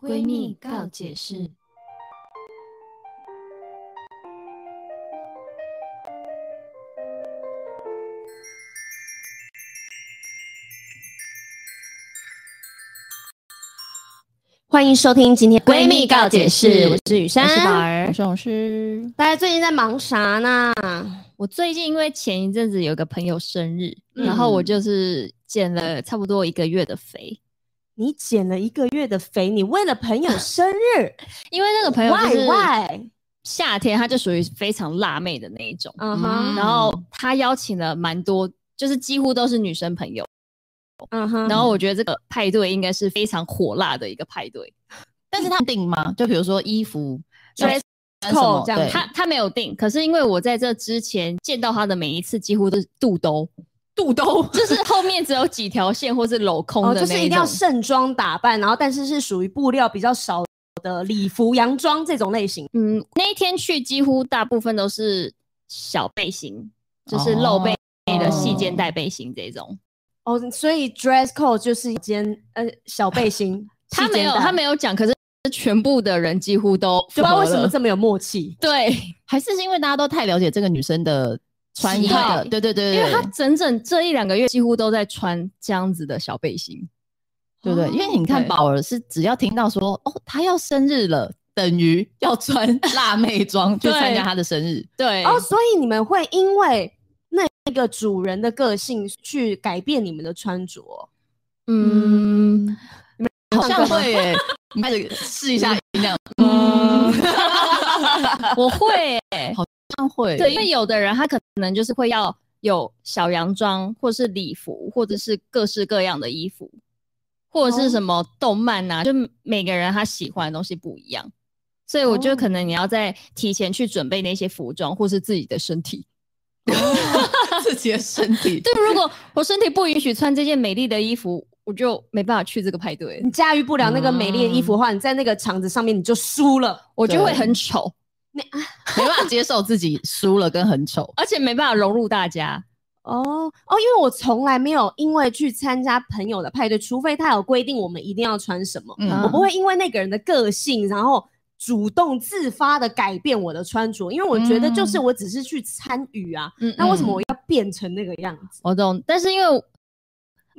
闺蜜告解释。欢迎收听今天《闺蜜告解室我是雨我是宝珊。儿。总是大家最近在忙啥呢？我最近因为前一阵子有个朋友生日，嗯然后我就是减了差不多一个月的肥，你减了一个月的肥，你为了朋友生日因为那个朋友就喂是喂，夏天，她就属于非常辣妹的那一种。嗯哼，嗯然后她邀请了蛮多，就是几乎都是女生朋友。嗯哼，然后我觉得这个派对应该是非常火辣的一个派对。但是他定吗？就比如说衣服、 dress 穿什么 code 这样对她她没有定，可是因为我在这之前见到她的每一次几乎都是肚兜，肚兜，就是后面只有几条线或是镂空哦，的那一就种。是一定要盛装打扮，然后但是是属于布料比较少的礼服、洋装这种类型。嗯，那一天去几乎大部分都是小背心，就是露背哦的细肩带背心这种。哦，所以 dress code 就是一件呃小背心。 他没有，他没有，有讲，可是全部的人几乎都不知符合道为什么了这么有默契。对，还是因为大家都太了解这个女生的穿衣喜好的，对对对因为对他整整这一两个月几乎都在穿这样子的小背心。对对，因为你看对宝儿是只要听到说哦，她要生日了，等于要穿辣 妹装去对参加她的生日，对，哦，所以你们会因为那个主人的个性去改变你们的穿着哦。嗯，好像会耶，你开始试一下音量，嗯我会、欸，好像会，对，因为有的人他可能就是会要有小洋装，或是礼服，或者是各式各样的衣服，或者是什么动漫啊，就每个人他喜欢的东西不一样，所以我觉得哦可能你要在提前去准备那些服装，或是自己的身体。自己的身体， 对，如果我身体不允许穿这件美丽的衣服，我就没办法去这个派对，你驾驭不了那个美丽的衣服的话，你在那个场子上面你就输了。我就对会很丑，没办法接受自己输了跟很丑，而且没办法融入大家。哦哦，因为我从来没有因为去参加朋友的派对，除非他有规定我们一定要穿什么，嗯我不会因为那个人的个性，然后主动自发的改变我的穿着，因为我觉得就是我只是去参与啊，嗯，那为嗯什么我要变成那个样子？我懂？但是因为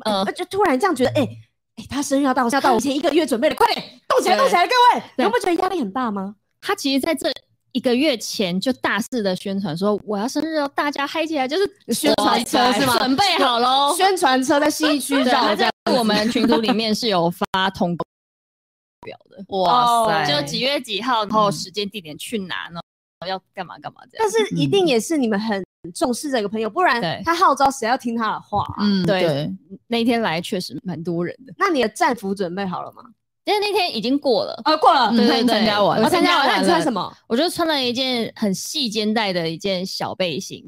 呃，就突然这样觉得，哎、哎、他生日要到，要到，我前一个月准备的，快点动起来，对动起来，各位，你对们不觉得压力很大吗？他其实在这一个月前就大肆的宣传说我要生日哦，大家嗨起来，就是宣传车是吗准备好喽。 宣传车在信义区对，绕他这样在子我们群组里面是有 发通告表的，哦就对几月几号，然嗯后时间地点去哪呢？要干嘛干嘛这样但。是一定也是你们很重视这个朋友，不然对他号召谁要听他的话啊、嗯，对对，那一天来确实蛮多人的，那你的战服准备好了吗？但是那天已经过了。啊，过了嗯对那对你参对加完我我参加完，那完你了穿什？么？我就穿了一件很细肩带的一件小背心，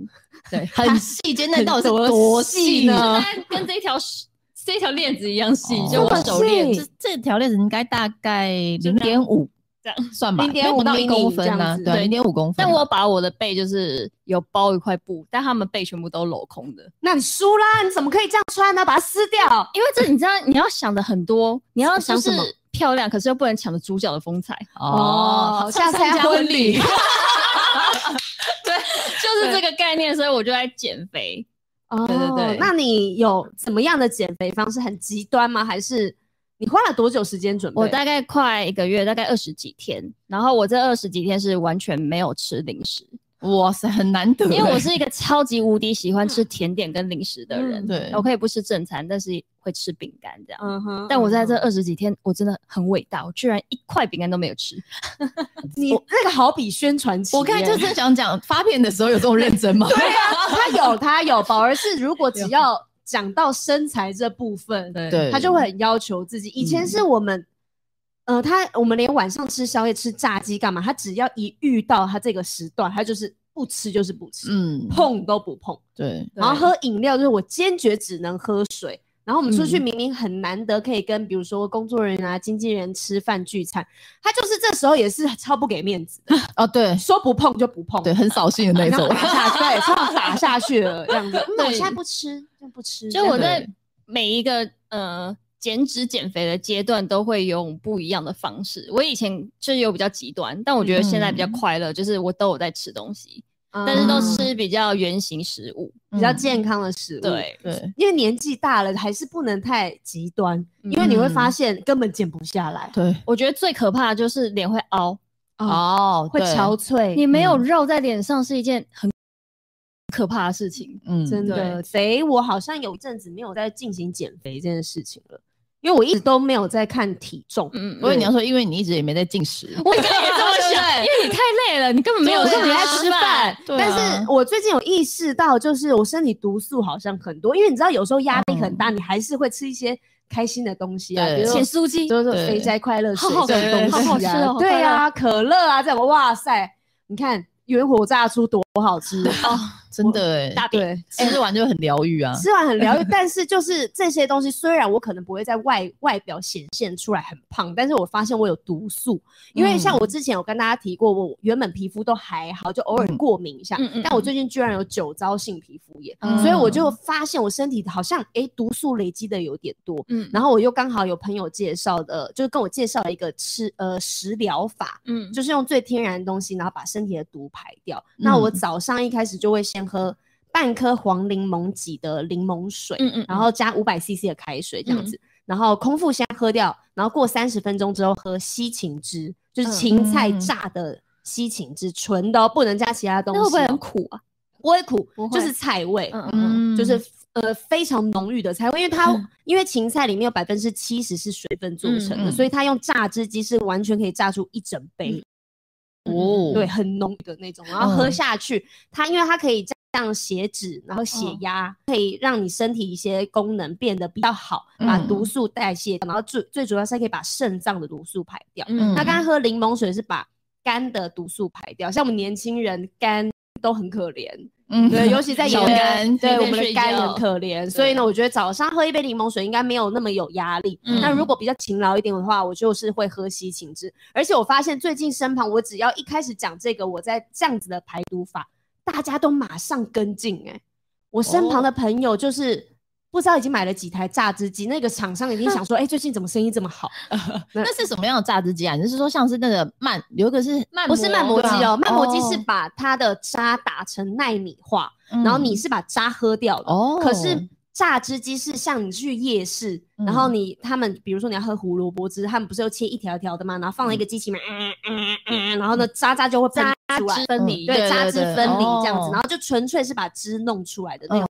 对，很细，肩带到底是很多多细细呢大概跟这条 这条链子一样细，哦就我手链这么细这这条链子应该大概零点五这样算吧， 0.5因为到零1.5公这分样啊，子对，对零点五公分。啊但我把我的背就是有包一块布，但他们背全部都镂空的，那你输啦！你怎么可以这样穿呢？把它撕掉。因为这你知道你要想的很多，你要想就什是么漂亮，可是又不能抢了主角的风采，哦下次还婚礼 就是这个概念，所以我就在减肥。哦对对对那你有怎么样的减肥方式？很极端吗？还是你花了多久时间准备？我大概快一个月，大概二十几天，然后我这二十几天是完全没有吃零食，哇塞，很难得欸，因为我是一个超级无敌喜欢吃甜点跟零食的人，嗯对我可以不吃正餐，但是会吃饼干这样。嗯哼但我在这嗯哼二十几天，我真的很伟大，我居然一块饼干都没有吃。你那个好比宣传期耶，我刚才就是想讲，发片的时候有这么认真吗？对啊，他 有他有，宝儿是如果只要讲到身材这部分，对他就会很要求自己。以前是我们，呃，他我们连晚上吃宵夜、吃炸鸡干嘛，他只要一遇到他这个时段，他就是不吃就是不吃，嗯，碰都不碰。对，然后对喝饮料就是我坚决只能喝水。然后我们出去嗯明明很难得可以跟比如说工作人员啊、经纪人吃饭聚餐，他就是这时候也是超不给面子的，哦对说不碰就不碰。对，很扫兴的那然后种。嗯打下去，对，差点打 下去了这样子。嗯，对我现在不吃，就不吃。就我对在每一个呃减脂减肥的阶段都会用不一样的方式。我以前就是有比较极端，但我觉得现在比较嗯快乐，就是我都有在吃东西，嗯但是都吃比较原形食物。比较健康的食物。，对，对，因为年纪大了还是不能太极端，因为你会发现根本减不下来，对我觉得最可怕的就是脸会凹，哦，会对憔悴。你没有肉在脸上是一件很可怕的事情。嗯真的对肥，我好像有一阵子没有在进行减肥这件事情了，因为我一直都没有在看体重。嗯，所以你要说，因为你一直也没在进食，我刚才也这么 对不想，对因为你太累了，你根本没有我对根特别本没在爱吃吃饭饭。，对啊但是我最近有意识到，就是我身体毒素好像很多，因为你知道有时候压力很大，你还是会吃一些开心的东西啊，嗯对比如说咸酥鸡，就是对肥宅快乐水好好这种东吃西啊，好好吃哦好对快乐啊，可乐啊这种，哇塞，你看原火炸出多好吃，真的哎，大便对，吃完就很疗愈嗯啊，吃完很疗愈，但是就是这些东西，虽然我可能不会在外外表显现出来很胖，但是我发现我有毒素，因为像嗯我之前有跟大家提过，我原本皮肤都还好，就偶尔过敏一下，嗯嗯嗯但我最近居然有酒糟性皮肤炎，嗯所以我就发现我身体好像诶、毒素累积的有点多，嗯然后我又刚好有朋友介绍的，就是跟我介绍了一个吃呃食疗法，嗯，就是用最天然的东西，然后把身体的毒排掉。那嗯我早上一开始就会先喝半颗黄柠檬挤的柠檬水，嗯嗯嗯然后加五百 CC 的开水这样子，然后空腹先喝掉，然后过三十分钟之后喝西芹汁，就是嗯芹菜嗯榨的西芹汁，纯的、哦，不能加其他东西、那哦。会不会很苦啊？不会苦，不就会是菜味，嗯嗯嗯，就是呃非常浓郁的菜味，因为它、嗯因为芹菜里面有百分之七十是水分做成的，嗯嗯所以它用榨汁机是完全可以榨出一整杯，哦，对，，很浓的那种，然后嗯喝下去，它因为它可以降血脂，然后血哦压，可以让你身体一些功能变得比较好，把嗯毒素代谢掉，然后最最主要是可以把肾脏的毒素排掉。嗯那刚刚喝柠檬水是把肝的毒素排掉，像我们年轻人肝都很可怜。嗯 对，尤其在小盐肝对每我天们的睡肝觉很可怜，所以呢，我觉得早上喝一杯柠檬水应该没有那么有压力。嗯那如果比较勤劳一点的话，我就是会喝西芹汁。而且我发现最近身旁，我只要一开始讲这个，我在这样子的排毒法，大家都马上跟进、欸。哎，我身旁的朋友就是。不知道已经买了几台榨汁机，那个厂商一定想说，哎、最近怎么生意这么好？那是什么样的榨汁机啊？你是说像是那个慢有一个是慢不是慢磨机对哦啊，慢磨机是哦嗯把它的渣打成纳米化，然后你是把渣喝掉的。哦，可是榨汁机是像你去夜市，然后你他们比如说你要喝胡萝卜汁，他们不是又切一条条的吗？然后放了一个机器嘛，嗯嗯嗯，然后呢渣渣就会渣出来，分离对，对渣对汁对分离这样子哦，然后就纯粹是把汁弄出来的那种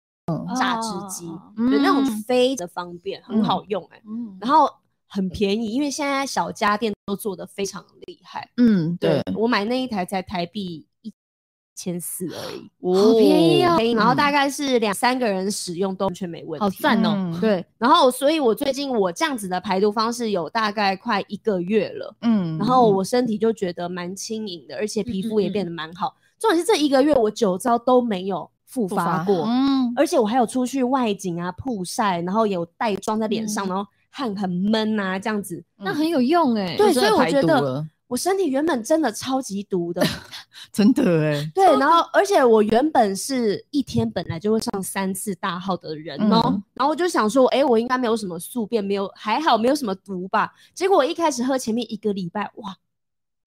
榨汁哦机，对，嗯那种非常方便，很好用哎，嗯，然后很便宜，因为现在小家电都做的非常厉害。嗯对，我买那一台才台币一千四而已，好便宜哦便宜然后大概是两三个人使用都完全没问题，好赞哦嗯对，然后所以，我最近我这样子的排毒方式有大概快一个月了，嗯然后我身体就觉得蛮轻盈的，而且皮肤也变得蛮好。重点是这一个月我酒糟都没有复发过，嗯而且我还有出去外景啊曝晒，然后有带妆在脸上，嗯然后汗很闷啊这样子。那很有用哎。对，就所真的以我排觉毒得了我身体原本真的超级毒的，真的哎， 对，然后而且我原本是一天本来就会上三次大号的人哦，嗯然后我就想说，哎，我应该没有什么宿便，没有还好没有什么毒吧。结果我一开始喝前面一个礼拜，哇，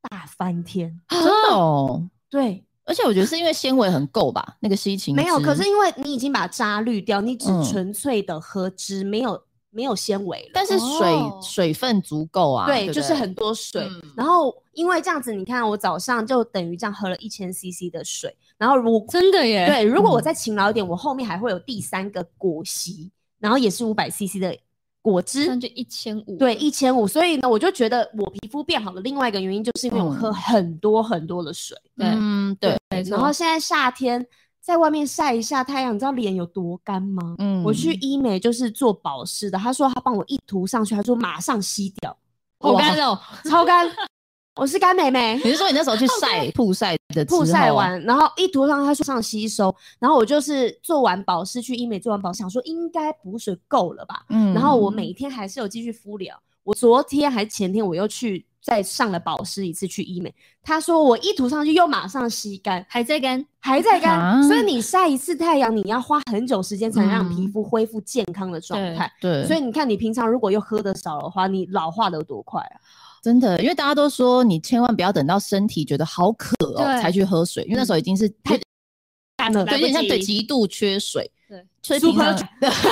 大翻天。真的哦。对，而且我觉得是因为纤维很够吧，那个西芹没有，汁可是因为你已经把渣滤掉，你只嗯纯粹的喝汁，没有没有纤维了。但是水、哦水分足够啊，对，不就是很多水。嗯然后因为这样子，你看我早上就等于这样喝了一千 CC 的水，然后如真的耶，对，如果我嗯再勤劳一点，我后面还会有第三个果昔，然后也是五百 CC 的果那汁，就一千五。对，一千五。所以呢，我就觉得我皮肤变好的另外一个原因，就是因为我嗯喝很多很多的水。对嗯对，没错然后现在夏天在外面晒一下太阳，你知道脸有多干吗？嗯我去医美就是做保湿的，他说他帮我一涂上去，他说马上吸掉，好干哦，超干。我是干妹妹，你是说你那时候去晒曝晒的之曝后啊晒完，然后一涂上它就上吸收，然后我就是做完保湿去医美做完保湿，想说应该补水够了吧，嗯然后我每天还是有继续敷疗。我昨天还前天我又去再上了保湿一次去医美，他说我一涂上去又马上吸干，还在干，还在干，啊所以你晒一次太阳，你要花很久时间才能让皮嗯肤恢复健康的状对态。对，所以你看，你平常如果又喝的少的话，你老化的有多快啊？真的，因为大家都说你千万不要等到身体觉得好渴哦对嗯才去喝水，因为那时候已经是太那来对，不有点像及对极度缺水，对，所以 Super 平常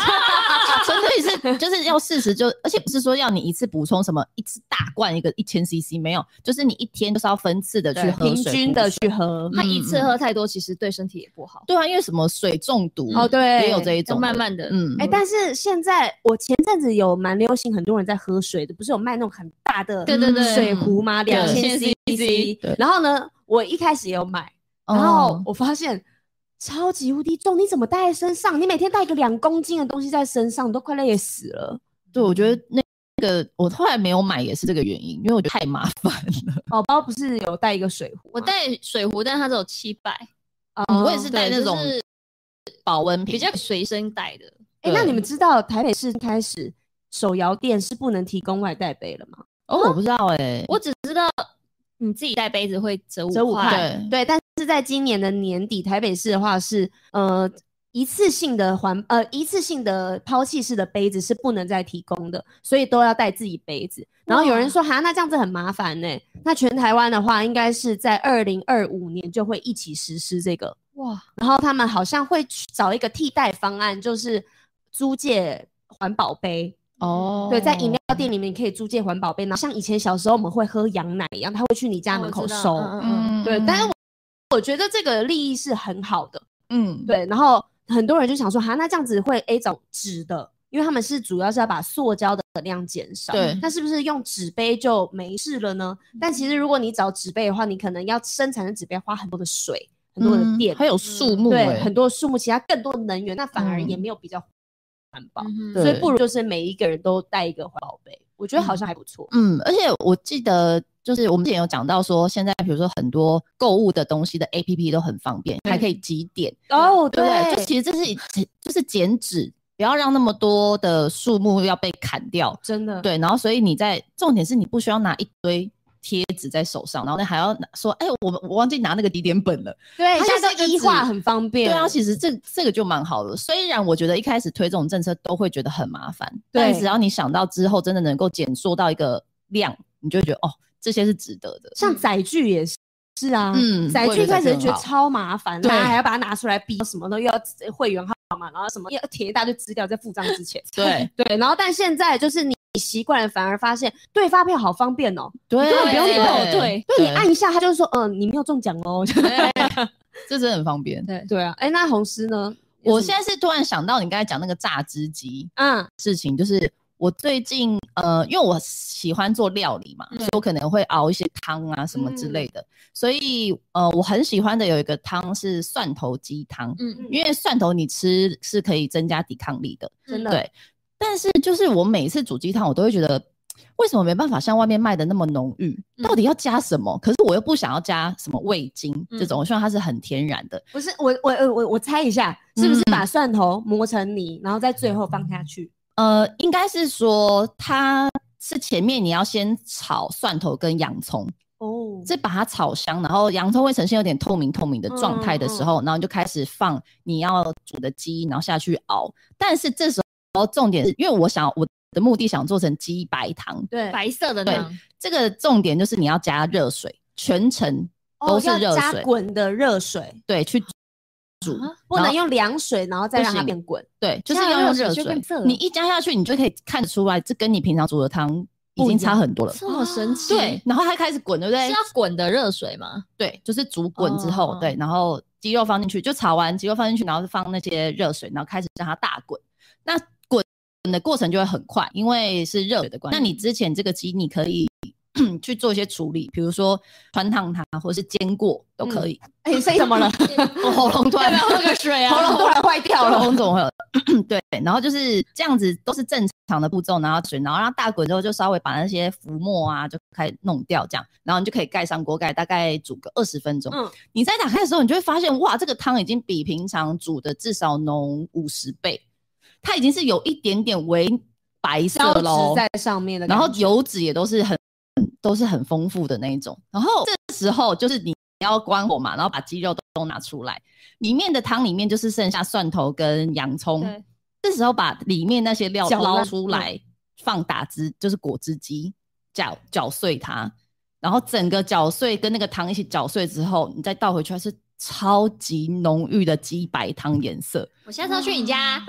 所以是就是要适时就，而且不是说要你一次补充什么一次大罐一个一千 CC 没有，就是你一天就是要分次的去对喝平水，嗯均的去喝。他一次喝太多，其实对身体也不好。对啊，因为什么水中毒哦，对，嗯也有这一要种，慢慢的，嗯，哎、但是现在我前阵子有蛮流行，很多人在喝水的，不是有卖那种很大的对对对水壶吗？嗯对两2000千 CC 对。然后呢，我一开始也有买，哦然后我发现超级无敌重，你怎么带在身上？你每天带一个两公斤的东西在身上，你都快累死了。对我觉得那个我后来没有买也是这个原因，因为我觉得太麻烦了。宝宝不是有带一个水壶吗？我带水壶，但它只有七百，哦我也是带那种对就是保温瓶比较随身带的。哎、那对你们知道台北市开始手摇店是不能提供外带杯了吗？哦，我不知道哎、我只知道你自己带杯子会折折五五块，块嗯对，对，但是在今年的年底，台北市的话是呃一次性的环呃一次性的抛弃式的杯子是不能再提供的，所以都要带自己杯子。然后有人说哈，那这样子很麻烦呢、那全台湾的话，应该是在二零二五年就会一起实施这个。哇，然后他们好像会去找一个替代方案，就是租借环保杯。哦，对，在饮料店里面你可以租借环保杯，然后像以前小时候我们会喝羊奶一样，他会去你家哦门我口知道收。嗯嗯，对，但是我我觉得这个利益是很好的，嗯，对。然后很多人就想说，哈，那这样子会 A 种纸的，因为他们是主要是要把塑胶的量减少，对那是不是用纸杯就没事了呢？但其实如果你找纸杯的话，你可能要生产的纸杯花很多的水，很多的电，嗯还有树木、欸对，很多树木，其他更多的能源，那反而也没有比较环保，嗯哼对所以不如就是每一个人都带一个环保杯，我觉得好像还不错。嗯，而且我记得就是我们之前有讲到说，现在比如说很多购物的东西的 A P P 都很方便，还可以集点，哦，对不对？就其实这是一就是减脂，不要让那么多的树木要被砍掉，真的，对。然后所以你在重点是你不需要拿一堆。贴纸在手上，然后呢还要拿说，哎、我们我忘记拿那个几点本了。对，它就现在是一个都医化纸很方便，对啊，其实这这个就蛮好的。虽然我觉得一开始推这种政策都会觉得很麻烦，但对只要你想到之后真的能够减缩到一个量，你就会觉得哦，这些是值得的。像嗯载具也是。是啊，嗯载我也具一觉得开始很觉得好超麻烦，对大家还要把它拿出来逼，什么都要会员号码，然后什么要填一大堆资料在付账之前。 对对，然后但现在就是你习惯了，反而发现对发票好方便哦，对，你根本不用对报，对对你按一下，它就说，嗯，你没有中奖哦。这真的很方便。对啊，哎，那红师呢？我现在是突然想到你刚才讲那个榨汁机嗯，事情，就是我最近呃，因为我喜欢做料理嘛，所以我可能会熬一些汤啊什么之类的，所以呃，我很喜欢的有一个汤是蒜头鸡汤，嗯，因为蒜头你吃是可以增加抵抗力的。真的对但是就是我每次煮鸡汤，我都会觉得为什么没办法像外面卖的那么浓郁？嗯到底要加什么？可是我又不想要加什么味精这种，我希望它是很天然的。不是我我我我我猜一下，是不嗯是把蒜头磨成泥，然后在最后放下去？呃，应该是说它是前面你要先炒蒜头跟洋葱，哦，再把它炒香，然后洋葱会呈现有点透明透明的状态的时嗯候，然后你就开始放你要煮的鸡，然后下去熬。但是这时候重点是因为我想我的目的想做成鸡白汤，对，白色的那种这个重点就是你要加热水，全程都哦是要热加水，滚的热水，对，去啊不能用凉水，然后再让它不行变滚。对，就是加要热用水热就水变色了。你一加下去，你就可以看得出来，这跟你平常煮的汤已不一经样差很多了。这么神奇，对，，然后它开始滚，对不对啊是？要滚的热水吗？对，就是煮滚之后，哦对，然后鸡肉放进去，就炒完鸡肉放进去，然后放那些热水，然后开始让它大滚。那滚的过程就会很快，因为是热水的关系。那你之前这个鸡，你可以去做一些处理，比如说穿烫它，或是煎过都可以。哎，声音怎么了？我喉咙突然喝个水啊喉咙突然坏掉 喉了。咙怎么会 有？对，然后就是这样子，都是正常的步骤，然后水，然后让它大滚之后，就稍微把那些浮沫啊，就开始弄掉，这样，然后你就可以盖上锅盖，大概煮个二十分钟。嗯你再打开的时候，你就会发现，哇，这个汤已经比平常煮的至少浓五十倍，它已经是有一点点微白色胶喽质，在上面的感然觉，后油脂也都是很。都是很丰富的那一种。然后这时候就是你要关火嘛，然后把鸡肉都都拿出来，里面的汤里面就是剩下蒜头跟洋葱对。这时候把里面那些料搅烂嗯捞出来，放打汁，就是果汁机搅搅碎它，然后整个搅碎跟那个汤一起搅碎之后，你再倒回去，它是超级浓郁的鸡白汤颜色。我下次要去你家，啊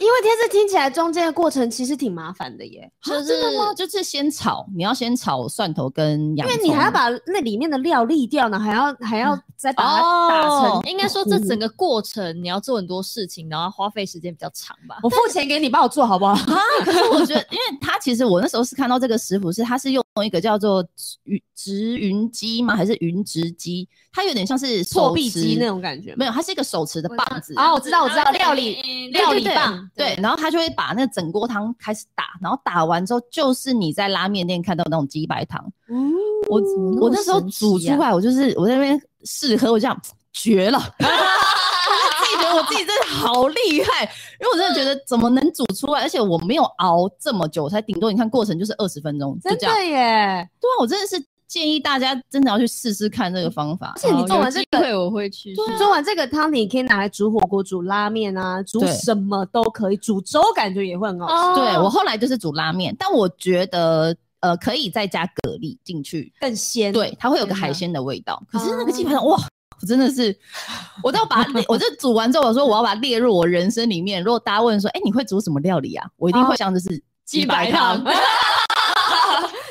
因为天赐听起来中间的过程其实挺麻烦的耶，就啊是真 的吗？就是先炒，你要先炒蒜头跟洋因葱，为你还要把那里面的料沥掉呢，还要还要再把它。打哦成，应该说这整个过程你要做很多事情，然后花费时间比较长吧。我付钱给你帮我做好不 好？啊！可是我觉得，因为他其实我那时候是看到这个食谱是，他是用一个叫做云直云机吗？还是云直机？它有点像是手破壁机持那种感觉吗没有，它是一个手持的棒子。哦，我知道，我知道，然后料 理嗯料理对对哦棒，对，然后他就会把那整锅汤开始打，然后打完之后就是你在拉面店看到那种鸡白汤。嗯，我么那我么那时候神奇煮出呀啊来，我就是我在那边试喝，我就想绝 了，我就自己觉得我自己真的好厉害，因为我真的觉得怎么能煮出来，而且我没有熬这么久，才顶多你看过程就是二十分钟，就真这样。的耶！对啊，我真的是建议大家真的要去试试看这个方法。而且你做完这有机个，会我会去。做完这个汤，你可以拿来煮火锅、煮拉面啊，煮对什么都可以，煮粥感觉也会很好吃，啊哦对我后来就是煮拉面，但我觉得呃可以再加蛤蜊进去，更鲜。对，它会有个天哪海鲜的味哦道。可是那个鸡排上哇，我真的是，我都要 把它列，我就煮完之后，我说我要把它列入我人生里面。如果大家问说，哎、你会煮什么料理啊？我一定会想就是鸡白汤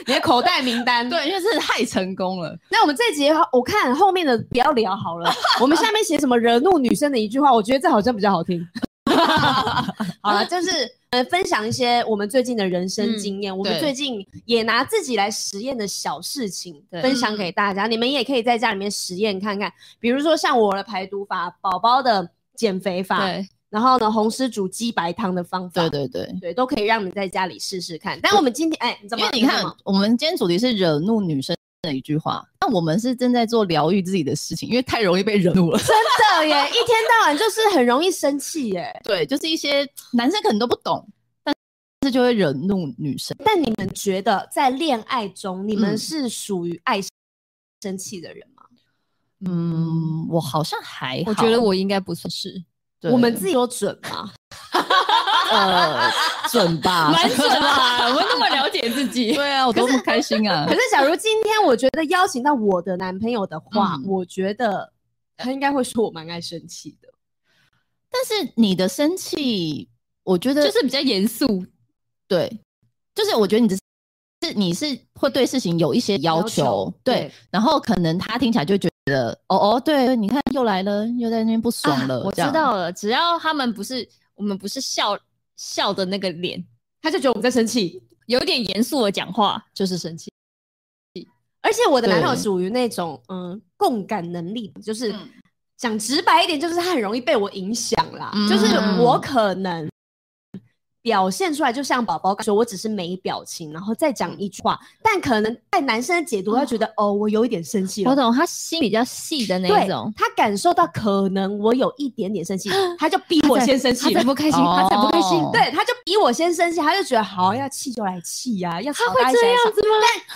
你的口袋名单。对，因为真的太成功了。那我们这集我看后面的不要聊好 了，我们下面写什么惹怒女生的一句话，我觉得这好像比较好 听。好了，就是呃，分享一些我们最近的人生经验，我们嗯对最近也拿自己来实验的小事情对分享给大家，你们也可以在家里面实验看看，比如说像我的排毒法、宝宝的减肥法，对，然后呢，红师煮鸡白汤的方法， 对对对，对都可以让你在家里试试看。但我们今天哎，怎因么为你看怎么，我们今天主题是惹怒女生的一句话，那我们是正在做疗愈自己的事情，因为太容易被惹怒了。 真的耶，一天到晚就是很容易生气耶。对，就是一些男生可能都不懂，但是就会惹怒女生。但你们觉得在恋爱中，你们嗯是属于爱生气的人吗？嗯，我好像还好，我觉得我应该不算是，对我们自己有准吗？ 呃准吧，蛮准啦。我们那么了解自己， 对啊，我多么开心啊可！是，假如今天我觉得邀请到我的男朋友的话，嗯我觉得他应该会说我蛮爱生气的。 但是你的生气，我觉得就是比较严肃。对，就是我觉得你只是是你是会对事情有一些要要求，求对，对然后可能他听起来就觉得，哦哦，对，你看又来了，又在那边不爽了，啊我这知样道了，只要他们不是我们不是笑笑的那个脸，他就觉得我们在生气，有点严肃的讲话，就是生气。而且我的男朋友对属于那种嗯共感能力，就是嗯讲直白一点，就是他很容易被我影响啦，嗯就是我可能。表现出来就像宝宝说，我只是没表情，然后再讲一句话，嗯但可能在男生的解读，他觉得哦我有一点生气了我，懂，他心比较细的那对一种，，他感受到可能我有一点点生 气，他就逼我在先生他气才，不开心，哦他才不开心。对，他就逼我先生气，他就觉得好要气就来气呀、要吵他会大家这一起来样吵子吗？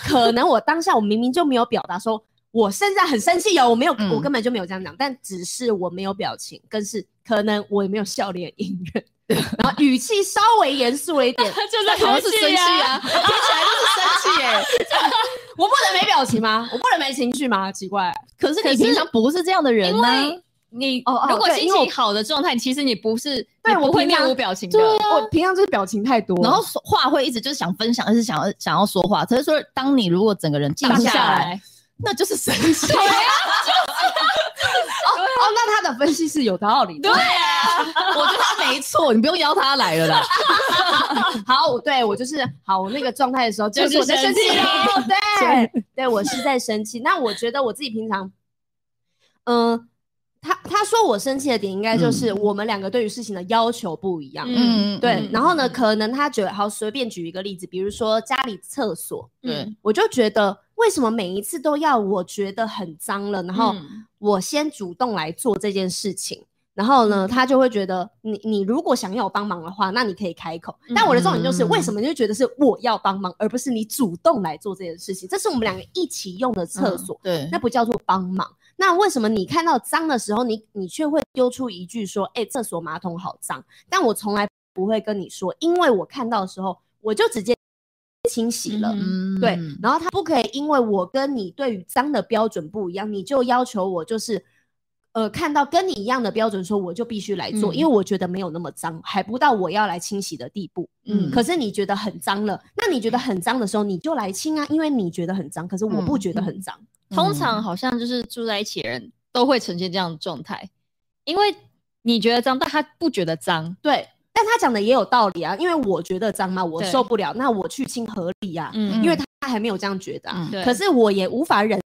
可能我当下我明明就没有表达说我现在很生气哦，我没有，嗯我根本就没有这样讲，但只是我没有表情，更是可能我也没有笑脸音乐，然后语气稍微严肃了一点，他就那好像是生气啊，听起来就是生气耶、 我不能没表情吗？我不能没情绪吗？奇怪，可是可你是平常不是这样的人啊因呢、为你哦哦如果对心因为我情好的状态，其实你不是，你对啊我不会平常面无表情的。我平常就是表情太多，然后哦说话会一直就是想分享，还是想要想要说话。可是说，当你如果整个人静静下下来，来，那就是生气。哦，那他的分析是有道理啊的。 我觉得他没错，你不用邀他来 了啦。好，我对我就是好，我那个状态的时候就是是我在生生气咯对，对我是在生气。那我觉得我自己平常，嗯、他他说我生气的点应该就是我们两个对于事情的要求不一样。嗯对嗯，然后呢，可能他觉得好，随便举一个例子，比如说家里厕所，嗯对，我就觉得为什么每一次都要我觉得很脏了，然后嗯我先主动来做这件事情。然后呢，他就会觉得你你如果想要我帮忙的话，那你可以开口。但我的重点就是，嗯为什么你就觉得是我要帮忙，而不是你主动来做这件事情？这是我们两个一起用的厕所，对那不叫做帮忙。那为什么你看到脏的时候，你你却会丢出一句说：“哎、厕所马桶好脏。”但我从来不会跟你说，因为我看到的时候，我就直接清洗了。嗯哼嗯，对，然后他不可以因为我跟你对于脏的标准不一样，你就要求我就是，呃，看到跟你一样的标准说我就必须来做，嗯因为我觉得没有那么脏，还不到我要来清洗的地步。嗯可是你觉得很脏了，那你觉得很脏的时候你就来清啊，因为你觉得很脏，可是我不觉得很脏。通常好像就是住在一起的人都会呈现这样的状态，因为你觉得脏，但他不觉得脏。对，但他讲的也有道理啊，因为我觉得脏嘛，我对受不了，那我去清合理啊，嗯因为他还没有这样觉得啊。嗯对，可是我也无法忍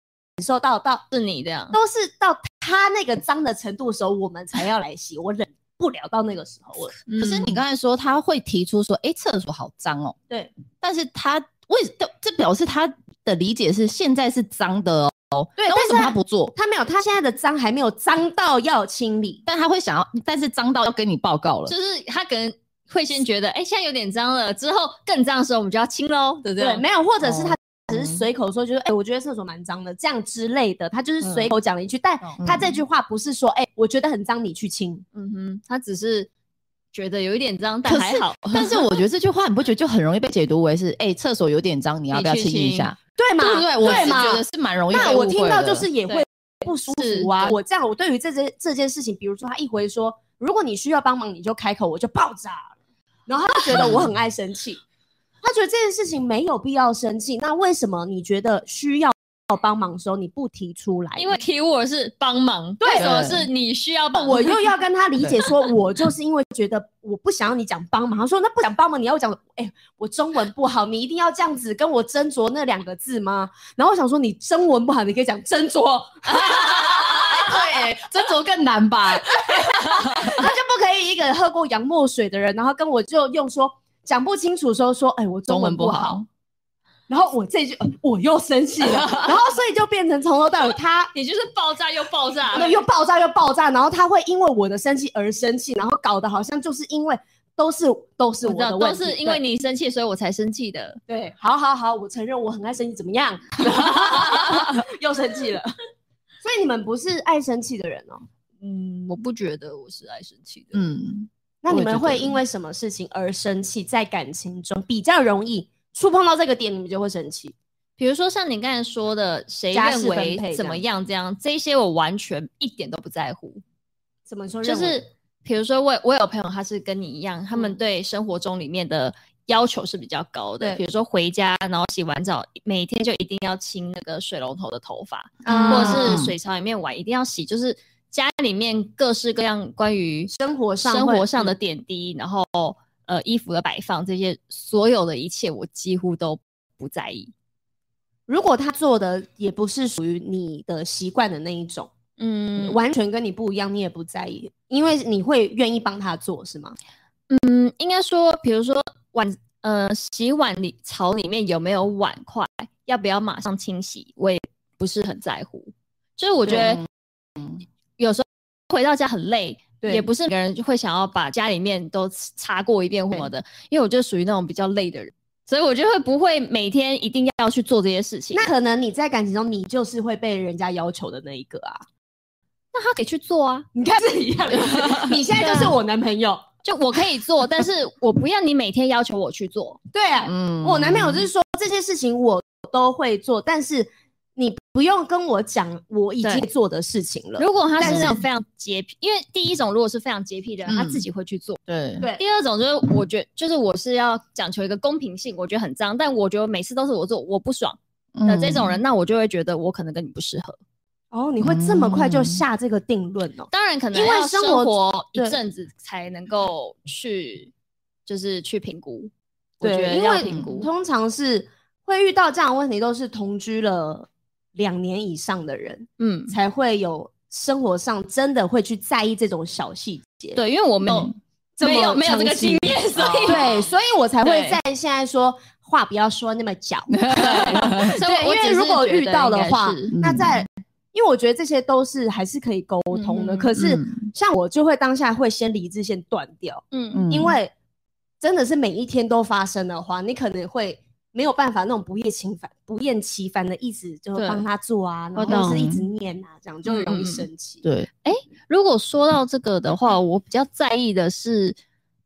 受到到是你这样，都是到他那个脏的程度的时候，我们才要来洗。我忍不了到那个时候， 我可可是你刚才说他会提出说，哎、厕所好脏哦，对，但是他为这表示他的理解是现在是脏的哦，对那为什但么是他不做？他没有，他现在的脏还没有脏到要清理。但他会想要，但是脏到要跟你报告了，就是他可能会先觉得，哎、现在有点脏了，之后更脏的时候我们就要清喽，对不对，对？没有，或者是他哦只是随口说，就是哎、我觉得厕所蛮脏的，这样之类的，他就是随口讲了一句。但嗯他这句话不是说，哎、我觉得很脏，你去清。嗯哼，他只是觉得有一点脏，但可还是好。但是我觉得这句话你不觉得就很容易被解读为是，哎、厕所有点脏，你要不要你去清一下？对嘛？对不对？我是嘛觉得是蛮容易被误那会的。我听到就是也对会不舒服啊。是我这样，我对于这件这件事情，比如说他一回说，如果你需要帮忙，你就开口，我就爆炸了。然后他就觉得我很爱生 气，他觉得这件事情没有必要生气。那为什么你觉得需要帮忙的时候你不提出来呢？因为 keyword 是帮忙，对为什么是你需要帮忙？我又要跟他理解说，我就是因为觉得我不想要你讲帮忙，他说那不想帮忙，你要我讲，哎、我中文不好，你一定要这样子跟我斟酌那两个字吗？然后我想说，你中文不好，你可以讲斟酌，对，斟酌更难吧？他就不可以一个喝过洋墨水的人，然后跟我就用说讲不清楚的时候说，哎、我中中文文不不好，好，然后我这句、呃我又 生气了，然后所以就变成从头到尾他。你就是爆炸又爆炸，又爆炸又爆炸，然后他会因为我的生气而生气，然后搞得好像就是因为都是都是我我知道的都问题，是因为你生气，所以我才生气的。对对，好好好，我承认我很爱生气，怎么 样？又生气了，所以你们不是爱生气的人哦，嗯，我不觉得我是爱生气的。嗯，那我你也们觉会得因为什么事情而生气？在感情中比较容易触碰到这个点，你们就会生气。比如说像你刚才说的，谁家事认分为配这怎么样样这样，这些我完全一点都不在乎。怎么说认就为？是比如说我我有朋友，他是跟你一样，他们嗯对生活中里面的要求是比较高的，对比如说回家然后洗完澡，每天就一定要清那个水龙头的头发，啊或者是水槽里面碗一定要洗，就是家里面各式各样关于生活上生会活上的嗯点滴，然后呃衣服的摆放这些所有的一切，我几乎都不在意。如果他做的也不是属于你的习惯的那一种，嗯完全跟你不一样，你也不在意，因为你会愿意帮他做，是吗？嗯，应该说，比如说碗，呃，洗碗里槽里面有没有碗筷，要不要马上清洗，我也不是很在乎。就是我觉得有时候回到家很累，对也不是每个人就会想要把家里面都擦过一遍或什么的，因为我就属于那种比较累的人，所以我就会不会每天一定要去做这些事情。那可能你在感情中，你就是会被人家要求的那一个啊。那他可以去做啊，你看是一样 的，你现在就是我男朋友。就我可以 做，但是我不要你每天要求我去做。对啊，嗯我男朋友就是说这些事情我都会做，但是你不用跟我讲我已经对做的事情了。如果他但是那是种非常洁癖，因为第一种如果是非常洁癖的人，他嗯自己会去做。对对第二种就是我觉就是我是要讲求一个公平性，我觉得很脏，但我觉得每次都是我做我不爽的这嗯种人，那我就会觉得我可能跟你不适合。哦，你会这么快就嗯下这个定论哦？当然可能因为要生生活活一对阵子才能够去就是去评估，我觉对，得因要为评估。通常是会遇到这样的问题，都是同居了两年以上的人嗯，才会有生活上真的会去在意这种小细节。对，因为我没有、嗯这么哦没有没有这个长期经验，所以对，所以我才会 对在现在说话不要说那么矫。对，所以我因只为是如果觉得遇到的应该话是，那嗯在因为我觉得这些都是还是可以沟通的。嗯可是嗯像我就会当下会先理智线断掉，嗯嗯因为真的是每一天都发生的话，你可能会没有办法那种不厌其烦、不厌其烦的一直就对帮他做啊，我然后是懂一直念啊，这样就会容易生气。对，如果说到这个的话，我比较在意的是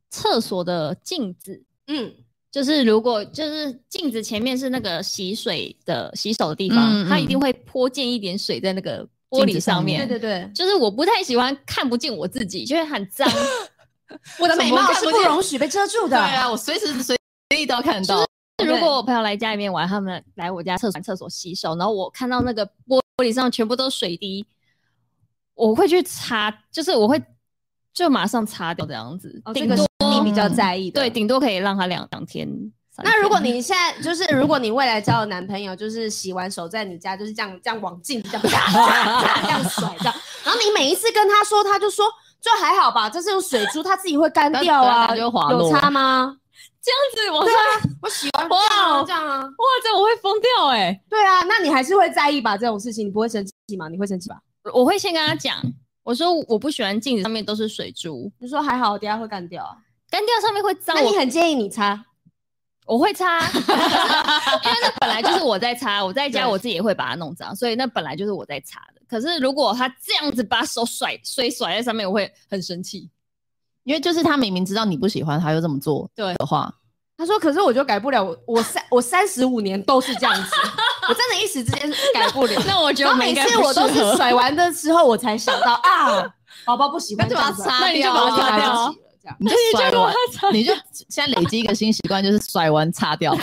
厕所的镜子，嗯，就是如果就是镜子前面是那个洗水的洗手的地方，嗯嗯它一定会泼溅一点水在那个玻璃上面。镜子上面对对对，就是我不太喜欢看不见我自己，就会很 脏。我的美貌看是不不见容许被遮住的。对啊，我随时随地都看到。如果我朋友来家里面玩，他们来我家厕所厕所洗手，然后我看到那个玻璃上全部都是水滴，我会去擦，就是我会就马上擦掉这样子。哦，这顶个多是你比较在意的。对，顶多可以让它两两天。三天那如果你现在就是，如果你未来交的男朋友就是洗完手在你家就是这样这样往镜这样这样甩 这样，然后你每一次跟他说，他就说就还好吧，这是有水珠，它自己会干掉对啊啊，它就滑落有差 吗？这样子，我对说啊，我洗完这样啊这样啊，哇，这我会疯掉哎、对啊，那你还是会在意吧这种事情，你不会生气吗？你会生气吧？我会先跟他讲，我说我不喜欢镜子上面都是水珠，你说还好，等一下会干掉啊。干掉上面会脏那，你我很建议你擦，我会 擦，因为那本来就是我在擦，我在家对我自己也会把它弄脏，所以那本来就是我在擦的。可是如果他这样子把手甩摔甩在上面，我会很生气。因为就是他明明知道你不喜欢，他又这么做，对的话，他说：“可是我就改不了，我我三我三十五年都是这样 子，我真的一时之间改不了。那我觉得我们然后每应该次不我都适是合甩完的时候，我才想到啊，宝宝不喜欢那这就把样它子，擦那你就掉把它啊，擦就掉来不及了这样。 你就甩完，你就现在累积一个新习惯，就是甩完擦 掉。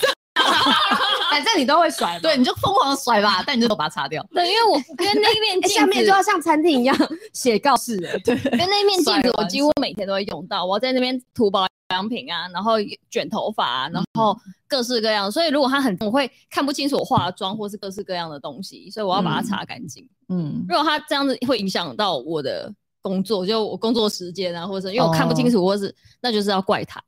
反正你都会甩嘛，对，你就疯狂地甩吧，但你就都把它擦掉。对，因为我跟那面 哎，镜下面就子，要像餐厅一样写告示哎，对，跟那面镜子甩，我完几乎每天都会用到。我在那边涂保养品啊，然后卷头发啊，然后嗯各式各样。所以如果他很，我会看不清楚我化的妆或是各式各样的东西，所以我要把它嗯擦干净。嗯， 如果他这样子会影响到我的工作，就我工作时间啊，或者是因为我看不哦清楚，或是那就是要怪 他，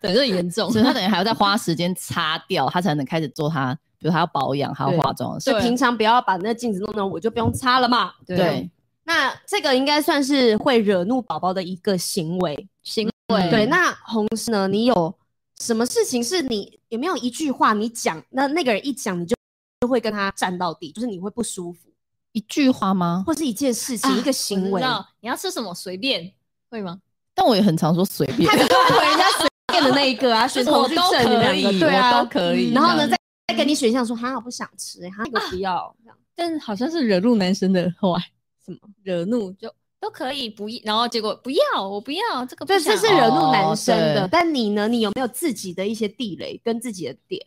对，这很严重。所以 他等于还要再花时间擦掉，他才能开始做他，比如他要保养，还要化妆的事。就对平常不要把那镜子弄弄，我就不用擦了嘛。对，那这个应该算是会惹怒宝宝的一个行为。行嗯为对，那红师呢？你有什么事情是你有没有一句话你讲，那那个人一讲你就就会跟他站到底，就是你会不舒服，一句话吗？或是一件事情、啊一个行我为知，道你要吃什么随便，会吗？但我也很常说随便他，就会回人家随便的那一个啊，选我头去都正你们可两个，以，对啊，我都可以。然后呢，这样再再给你选项说，哈，我不想吃，哈，那个不要，这样但好像是惹怒男生的后来什么惹怒就都可以不，然后结果不要我不要这个不对，想 这是惹怒男哦生的。对但你呢？你有没有自己的一些地雷跟自己的点？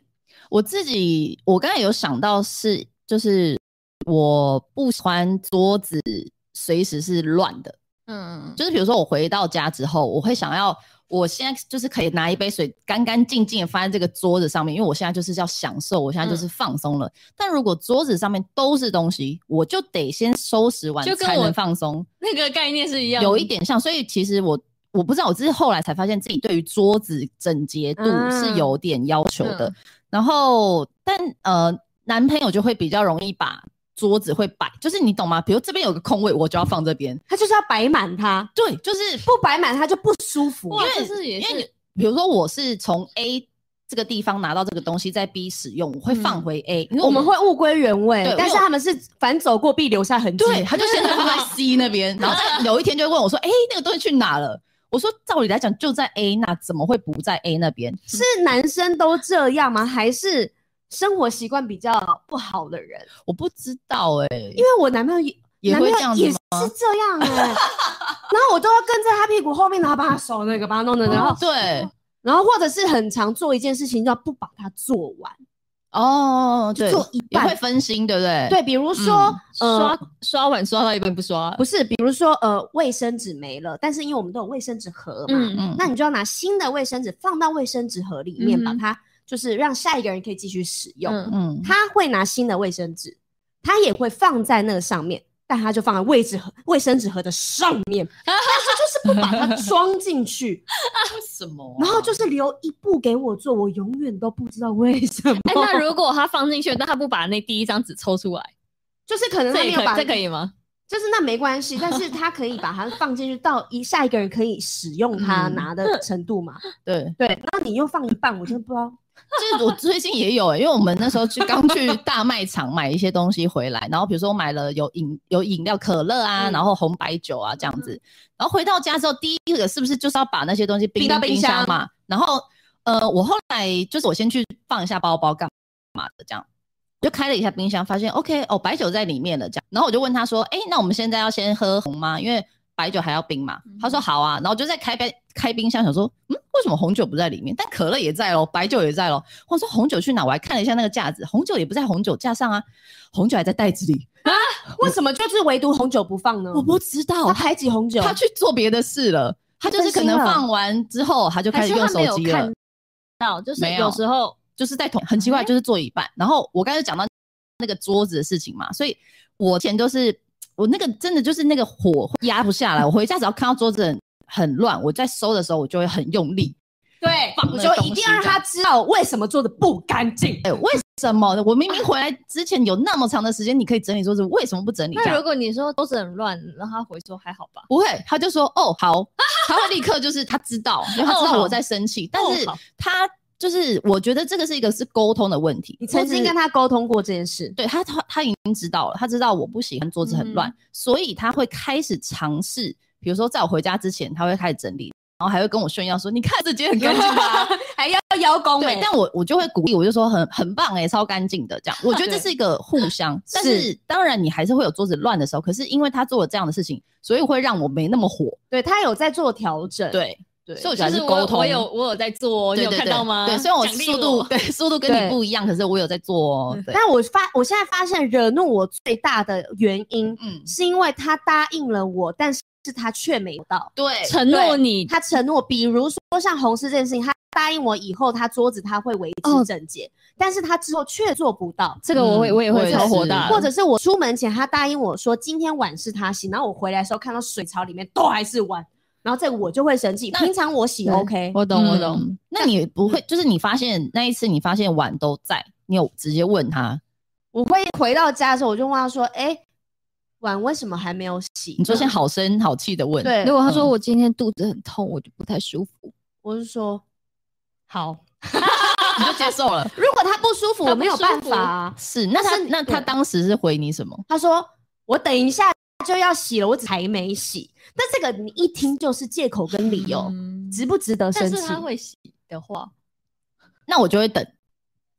我自己，我刚才有想到是，就是我不喜欢桌子随时是乱的，嗯就是比如说我回到家之后，我会想要，我现在就是可以拿一杯水干干净净的放在这个桌子上面，因为我现在就是要享受，我现在嗯就是放松了。但如果桌子上面都是东西，我就得先收拾完就跟才我能放松，那个概念是一样的，有一点像。所以其实我我不知道，我只是后来才发现自己对于桌子整洁度是有点要求的。啊嗯然后，但呃，男朋友就会比较容易把。桌子会摆，就是你懂吗？比如这边有个空位，我就要放这边。他就是要摆满它，对，就是不摆满它就不舒服哇。，因为这是也因为是比如说我是从 A 这个地方拿到这个东西，在 B 使用，我会放回 A，、因为嗯我们会物归原位对，但是我他们是反走过必留下痕迹。对，他就现在放在 C 那边，然后再有一天就会问我说：“哎、 那个东西去哪了？”我说：“照理来讲就在 A，那怎么会不在 A 那边是男生都这样吗？还是生活习惯比较不好的人？？”我不知道哎、因为我男朋友也也男会朋友这样子也吗是这样哎、 然后我都要跟在他屁股后面，然后把他手那个把他弄的，嗯然后对然后或者是很常做一件事情，就不把它做完，哦，就对，做一也半会分心，对不对？嗯对，比如说、刷呃。刷碗刷到一半不刷，不是，比如说，呃，卫生纸没了，但是因为我们都有卫生纸盒嘛，嗯嗯那你就要拿新的卫生纸放到卫生纸盒里面，嗯把哼它就是让下一个人可以继续使用。嗯嗯，他会拿新的卫生纸，他也会放在那个上面，但他就放在卫纸盒、卫生纸盒的上面，但是就是不把它装进去，为什么然后就是留一步给我做，我永远都不知道为什么。 哎，那如果他放进去，但他不把那第一张纸抽出来，就是可能他这没也有把可以，这可以吗？就是那没关系，但是他可以把它放进去到一下一个人可以使用它嗯拿的程度嘛？对，对，那你又放一半，我真的不知道。就是我最近也有、欸，因为我们那时候去刚去大卖场买一些东西回来，然后比如说我买了有饮有饮料可乐啊，嗯然后红白酒啊这样子，然后回到家之后，第一个是不是就是要把那些东西冰冰到进冰冰箱箱嘛？然后呃，我后来就是我先去放一下包包干嘛的这样。就开了一下冰箱，发现 OK 哦，白酒在里面了，这样。然后我就问他说：“哎、那我们现在要先喝红吗？因为白酒还要冰嘛。”嗯他说：“好啊。”然后我就在开冰开冰箱，想说：“嗯，为什么红酒不在里面？但可乐也在咯，白酒也在咯。我说：“红酒去哪？”我还看了一下那个架子，红酒也不在红酒架上啊，红酒还在袋子里。为什么就是唯独红酒不放呢？我不知道嗯他，排挤红酒，啊他去做别的事了。他就是可能分心了啊放完之后，他就开还始是用他手没有机了看。到，就是没有有时候就是在同很奇嗯怪，就是做一半。然后我刚才讲到那个桌子的事情嘛，所以我以前都是我那个真的就是那个火会压不下来，我回家只要看到桌子很很乱，我在收的时候我就会很用力。对放，我那就东一定西要让这样他知道为什么做的不干净。哎、为什么呢？我明明回来之前有那么长的时间，你可以整理桌子，为什么不整理？这那如样果你说都是很乱，然后他回说还好吧，不会，他就说哦好，他会立刻就是他知道，因为他知哦道好我在生气，但是好他就是我觉得这个是一个是沟通的问题。你曾经跟他沟通过这件 事，对他，他他已经知道了，他知道我不喜欢桌子很嗯乱，所以他会开始尝试，比如说在我回家之前，他会开始整理，然后还会跟我炫耀说：“你看这间很干净吧还要邀？”功对欸，但我我就会鼓励，我就说很很棒哎、超干净的这样。我觉得这是一个互 相，但是当然你还是会有桌子乱的时候，可是因为他做了这样的事情，所以会让我没那么火。对他有在做调整。对对所以我就觉得还是是沟我通。我有我有在做哦，你对有对看对到吗？对，虽然我奖励嗯速度 对速度跟对你不一样，可是我有在做、哦。对，但我发，我现在发现惹怒我最大的原因，嗯，是因为他答应了我，但是他却没有到。对，承诺你他承诺，比如说像红丝这件事情，他答应我以后他桌子他会维持哦整洁，但是他之后却做不到。这个我会嗯我也我会也超火是大的，或者是我出门前他答应我说今天碗是他洗，然后我回来的时候看到水槽里面都还是碗，然后这个我就会生气。那平常我洗对 OK，我懂我嗯懂，那你不会，就是你发现那一次，你发现碗都在，你有直接问他，我会回到家的时候我就问他说：“哎、碗为什么还没有洗？”你说先好声好气的问，，嗯对如，果他说嗯我今天肚子很痛，我就不太舒服。我是说，好， 你就接受了。如果他不舒服，他我没有不舒办服法、啊。是，那他是那他对当时是回你什么？他说：“我等一下就要洗了，我才没洗。”但这个你一听就是借口跟理由，值不值得嗯但生是气？他会洗的话，那我就会等，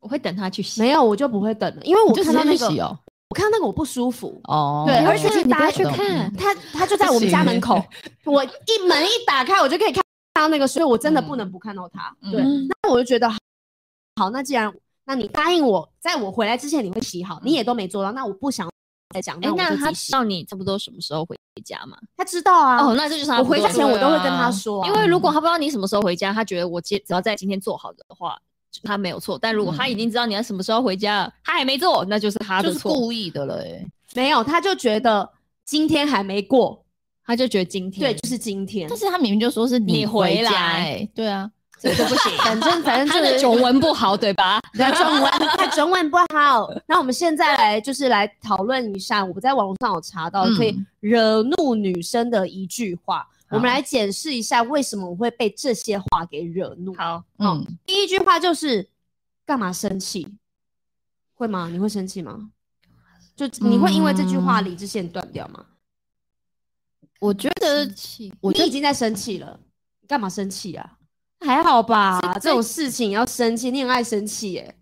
我会等他去洗。没有，我就不会等了，因为我你就看直到接那去个，洗哦。我看到那个我不舒服。哦，对而且你不要大家嗯去懂看，他他就在我们家门口不，我一门一打开，我就可以看到那个，所以我真的不能不看到他。嗯对，那我就觉得好，那既然那你答应我，在我回来之前你会洗好，你也都没做到，那我不想再讲，哎那，我嗯那就自他己知洗。道你差不多什么时候回家吗？他知道啊，哦，那这就是他我不对回家前我都会跟他说啊、因为如果他不知道你什么时候回家，他觉得我今只要在今天做好的话，就他没有错。但如果他已经知道你要什么时候回家，他还没做，那就是他就的是错。故意的了、欸，没有，他就觉得今天还没过，他就觉得今天对，就是今天但。是他明明就说是你回回家来欸对啊，这个不 行。反正反正他这的个中文不好，对吧？对 中文，他中文不好。那我们现在来就是来讨论一下，我在网络上有查到嗯可以惹怒女生的一句话。我们来检视一下为什么我会被这些话给惹怒。好，嗯，第一句话就是干嘛生气？会吗？你会生气吗？就嗯你会因为这句话理智线断掉吗？我觉得，嗯我你觉已得经在生气了，你干嘛生气啊？还好吧，这种事情要生气，你很爱生气耶、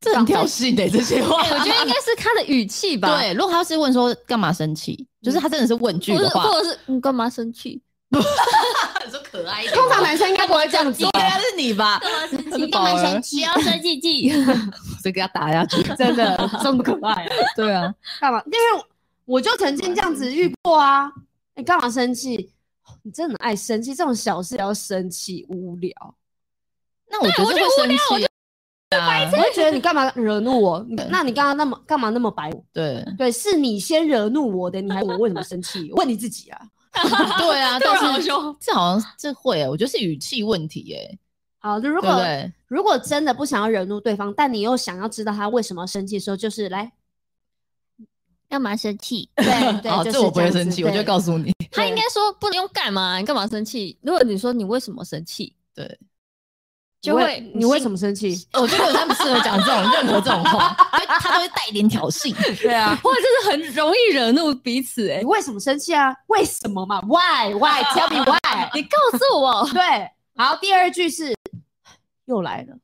这很挑衅的、欸、这些 话。哎我觉得应该是他的语气吧，对，如果他是问说干嘛生气，就是他真的是问句或的者话，或者是你干嘛生气？你说可爱一点通常男生应该不会这样子应吧，该啊是你吧？干嘛生 气干嘛生气？不要生气气。 所以给他打下 去。真的这么可爱、啊，对啊，干嘛？因为我就曾经这样子遇过啊，你干嘛生气？你真的很爱生气，这种小事也要生气，无聊。那我觉得会生气、啊。我会觉得你干嘛惹怒我？你那你刚刚那么干嘛那么白我？对对，是你先惹怒我的，你还问我为什么生气？ 问你自己啊。 对啊，突然但好是凶这好像这会欸、我觉得是语气问题耶、好，如对果不对？如果真的不想要惹怒对方，但你又想要知道他为什么生气的时候，就是来干嘛生气？ 对对，哦，就是这我不会样子生气，我就对告诉你。他对应该说不能用干嘛，你干嘛生气？如果你说你为什么生气，对，就你会你为心什么生气？ 我觉得我太不适合讲这种任何这种 话，因为他都会带一点挑衅。对啊， 哇，真的很容易惹怒彼此哎、 你为什么生气啊？为什么嘛？Why why tell me why？哎你告诉我，对，好，第二句是 又来了，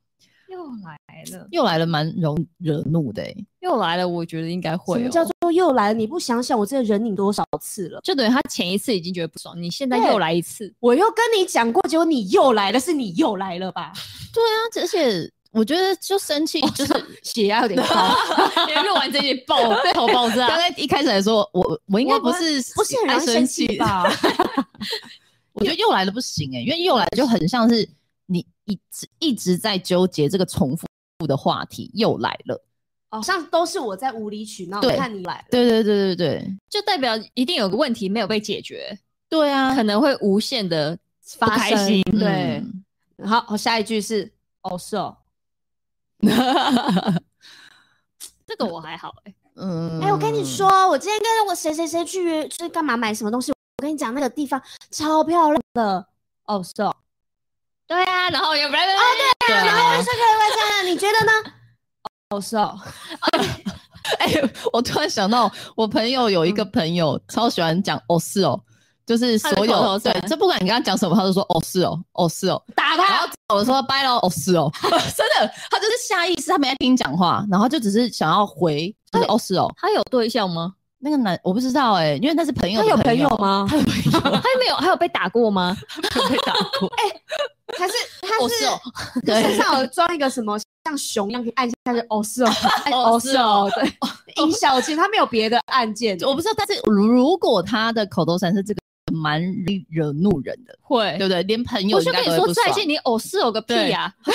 又来了，又来了，蛮容惹怒的、欸。又来了，我觉得应该会、什哦。么叫做又来了？你不想想我这忍你多少次了？就等于他前一次已经觉得不爽，你现在对又来一 次。我又跟你讲过，结果你又来了，是你又来了吧？对啊，而且我觉得就生气，就是血压有点高，因为录完这集爆头爆刚炸，才一开始来说，我我应该我不不是不是很爱容易生生气气？吧？ 我觉得又来了不行哎、因为又来就很像是你一直一直在纠结这个重复的话题，又来了。好像都是我在无理取闹，对看你来了。对对对对对 就代表一定有个问题没有被解决，对啊，可能会无限的发开心。生对嗯好，好，下一句是哦，是哦，这个我还好哎、嗯，哎、我跟你，说，我今天跟我谁谁谁去约，就是干嘛买什么东西？我跟你讲，那个地方超漂亮的。哦，是哦。对啊，然后也不然哦对然后我啊就，说可以问哎这样，你觉得呢？哦，是哦。哎、 我突然想到，我朋友有一嗯个朋友超喜欢讲哦是哦，就是他的所口有头对禅，这不管你跟他讲什么，他都说哦是哦，哦是哦，打然他！后我说拜喽，哦是 哦，真的，他就是下意识，他没在听你讲话，然后就只是想要回，就是哦是哦。他有对象吗？那个男我不知道哎、因为那是朋友他的有朋朋友？吗？他有朋友，他没有，还有被打过吗？他 有被打过。他是他哦是哦是身上有装一个什么像熊一样可以按下去？哦，是哦。哎哦哦，是是哦。对，音效其实他没有别的按键。我不知道，但是如果他的口头禅是这个，蛮惹怒人的， 会对，不对？连朋友我应就该跟都你会说不爽再见，你偶是有个屁呀、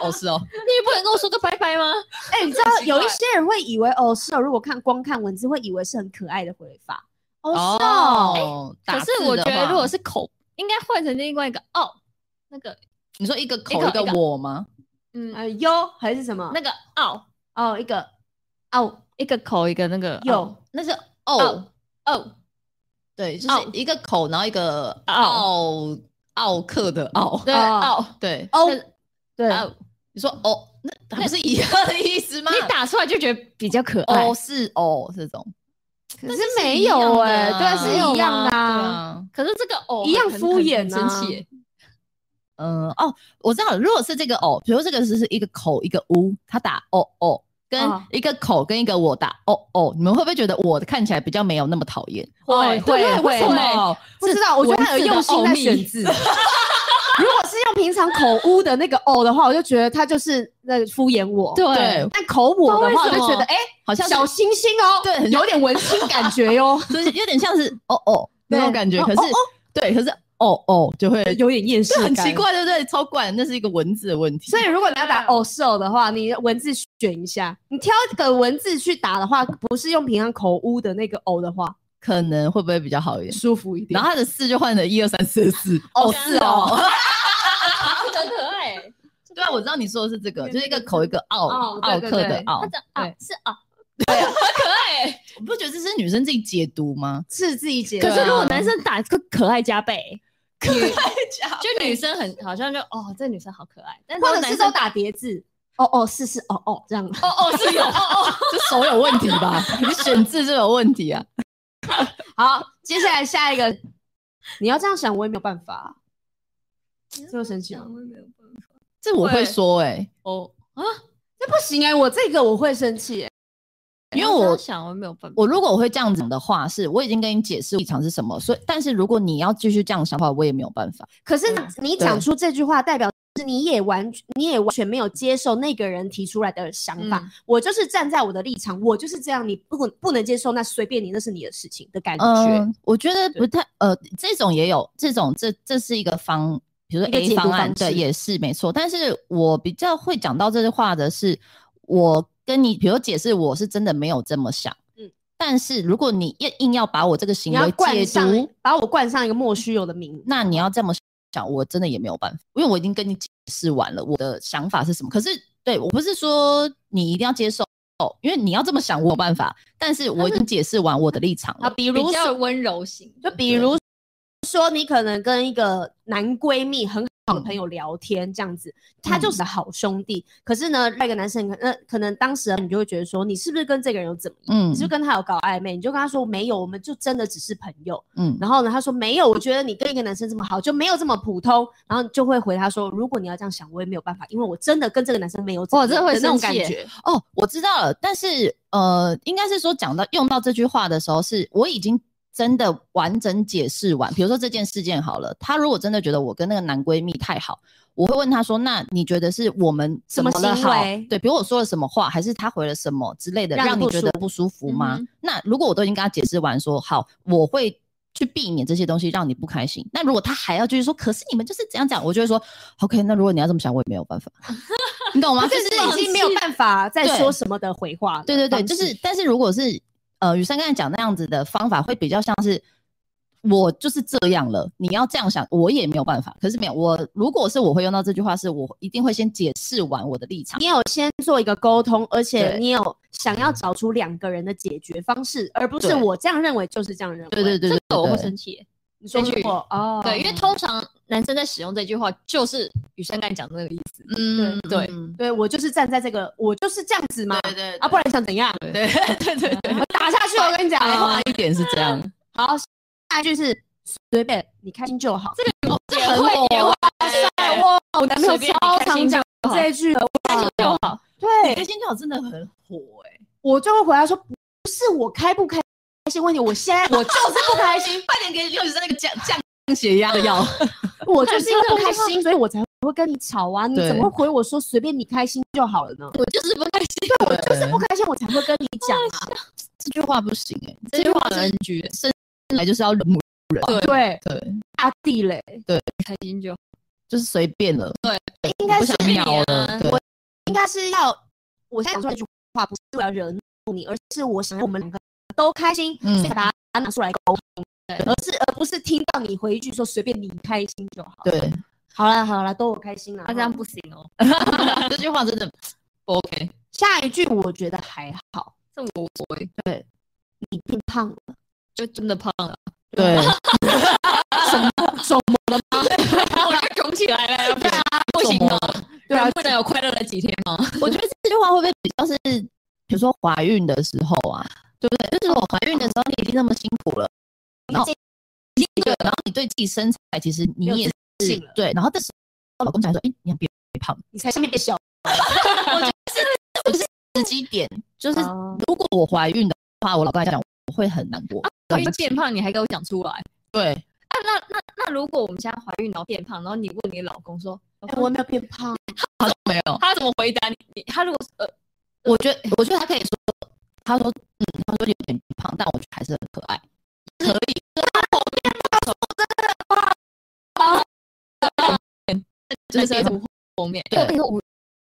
哦 是哦，你也不能跟我说个拜拜吗？哎、你知道有一些人会以为哦是哦，如果看光看文字会以为是很可爱的回法。哦是哦，哦，可打是字我的觉得话如果是口，应该换成另外一个哦，那个你说一个口一个一个一个我吗？嗯、呃哟还是什么？那个哦，哦一个哦一个口一个那个有哦那是哦哦，哦，对，就哦是一个口，然后一个哦奥奥克的奥，对哦哦 对，哦那对啊哦，你说哦，那还不是一样的意思吗？你打出来就觉得比较可爱哦，是哦这种，可那是就是没一样有的哎、啊对，没有是一样的、对啊。啊，可是这个哦一样很敷衍很很啊生气耶，嗯哦，我知道，如果是这个哦，比如这个是是一个口一个乌，他打哦哦。跟哦一个口跟一个我打哦哦，你们会不会觉得我看起来比较没有那么讨厌？会对不对会为什么？不知道，我觉得他有用心在文选字字。 的奥如秘果是用平常口误的那个哦的话，我就觉得他就是那敷衍我。对对，但口我的话，我就觉得哎、好像是小星星哦，对很像有点文青感觉 哟、就是有点像是哦 哦那种对感觉，哦可哦是对，可是哦哦就会有点厌世就感，很奇。怪，对不对？超怪，那是一个文字的问题。所以如果你要打哦是哦的话，你文字选一下，你挑一个文字去打的话，不是用平常口误的那个哦的话，可能会不会比较好一点？舒服一点。然后他的四就换成一二三四的四，哦是哦，很可 爱耶。对啊，我知道你说的是这个，就是一个口一个奥哦奥对对克对哦的奥他，讲啊对是啊，对，很可爱耶。你不觉得这是女生自己解读吗？ 是自己解可决。是如果男生打，会可爱加倍。就就女生很好像就哦，这女生好可爱，但是或者男是生都打叠字，哦哦是是哦哦这样。哦哦是有哦哦，这手有问题吧？你选字就有问题啊！好，接下来下一个，你要这样想，我也没有办法。这么神奇吗？这我会会说哎，哦，这不行哎、我这个我会生气、欸。因为我想哎我没有办法，我如果我会这样讲的话，是我已经跟你解释立场是什么，所以但是如果你要继续这样想的话，我也没有办法。可是嗯你讲出这句话，代表是你也完你也完全没有接受那个人提出来的想法。嗯我就是站在我的立场，我就是这样，你不不能接受，那随便你，那是你的事情的感觉。嗯，我觉得不太呃，这种也有这种，这这是一个方，比如说一个 A 解读方案，方对，式也是没错。但是我比较会讲到这句话的是，我跟你比如解释，我是真的没有这么想，嗯嗯。但是如果你硬硬要把我这个行你要为冠解上读，把我冠上一个莫须有的名，那你要这么想，我真的也没有办法，因为我已经跟你解释完了我的想法是什么。可是对我不是说你一定要接受因为你要这么想，我有办法。但是我已经解释完我的立场啊，了。比如比较说，温柔型，就比如说，你可能跟一个男闺蜜很好的嗯朋友聊天，这样子，他就是你的好兄弟。可是呢，另外一个男生可能、呃、可能当时你就会觉得说，你是不是跟这个人有怎么样？嗯你是不是跟他有搞暧昧？你就跟他说没有，我们就真的只是朋友。嗯，然后呢，他说没有，我觉得你跟一个男生这么好，就没有这么普通。然后你就会回他说，如果你要这样想，我也没有办法，因为我真的跟这个男生没有怎么哇这样会的那种生感气耶觉。哦，我知道了。但是呃，应该是说讲到用到这句话的时候是，我已经真的完整解释完。比如说这件事件好了，她如果真的觉得我跟那个男闺蜜太好，我会问她说：“那你觉得是我们怎什么了行好为？对，比如我说了什么话，还是他回了什么之类的，让让你你不觉得不舒服吗？嗯那如果我都已经跟他解释完说好，我会。”去避免这些东西让你不开心。那如果他还要继续说，可是你们就是怎样讲，我就会说，OK。那如果你要这么想，我也没有办法，你懂吗？他就就是是已经没有办法再对说什么的回话了。对对对，方就式是，但是如果是呃，雨珊刚才讲那样子的方法，会比较像是我就是这样了，你要这样想，我也没有办法。可是没有，我如果是我会用到这句话，是我一定会先解释完我的立场你。有先做一个沟通，而且对你有想要找出两个人的解决方式，而不是对我这样认为就是这样认为。对对对对这个我对会对生气耶，你说这句我哦，对，因为通常男生在使用这句话，就是雨珊刚才讲的那个意思，嗯，对对我就是站在这个，我就是这样子嘛，对对啊，不然想怎样？对对对 对，我打下去，我跟你讲。白话一点是这样，好，下一句是随便你开心就好。这这很哦会也会个哇，我男朋友随便超你开常心讲就好这一句的，就好，对开心就好，真的很火哎，我就会回答说，不是我开不开心问题，我现在我就是不开心。快点给刘雨珊那个降降血压的药。我就是因为不开心，所以我才会跟你吵啊！你对怎么会回我说随便你开心就好了呢？我就是不开心，我就是不开心，我才会跟你讲啊！这句话不行哎，这句话很 NG，本来就是要忍对，对，大地雷，开心就好，就是随便了，应该不是想便鸟啊了，对。应该是要，我现在讲出来这句话不是为了惹怒你，而是我想要我们两个都开心，嗯所以把它拿出来沟对通，而是而不是听到你回一句说随便你开心就好。 对，好了好了，都我开心了。那这样不行哦，这句话真的不 OK。下一句我觉得还好，这我我你变胖了，就真的胖了，对， 我就肿起来了，不然不行哦，不对啊然，不能有快乐的几天吗？我觉得这句话会不会比较是，比如说怀孕的时候啊，对不对？就是我怀孕的时候，你已经那么辛苦了，然后已经啊对，然后你对自己身材其实你没有也自是信了对，然后但是老公讲说，哎、你要变胖，你才下面变小。这不是时机点，就是哦如果我怀孕的话，我老公来讲我会很难过，怀孕变胖你还给我讲出来啊？对，那那那如果我们现在怀孕然后变胖，然后你问你老公说，老哎公我没有变胖，好像没有，他怎么回答你？你他如果呃我觉得我觉得他可以说，他说嗯，他说有点胖，但我觉得还是很可爱，可以。 就就是是那种很后面，对我跟你说，我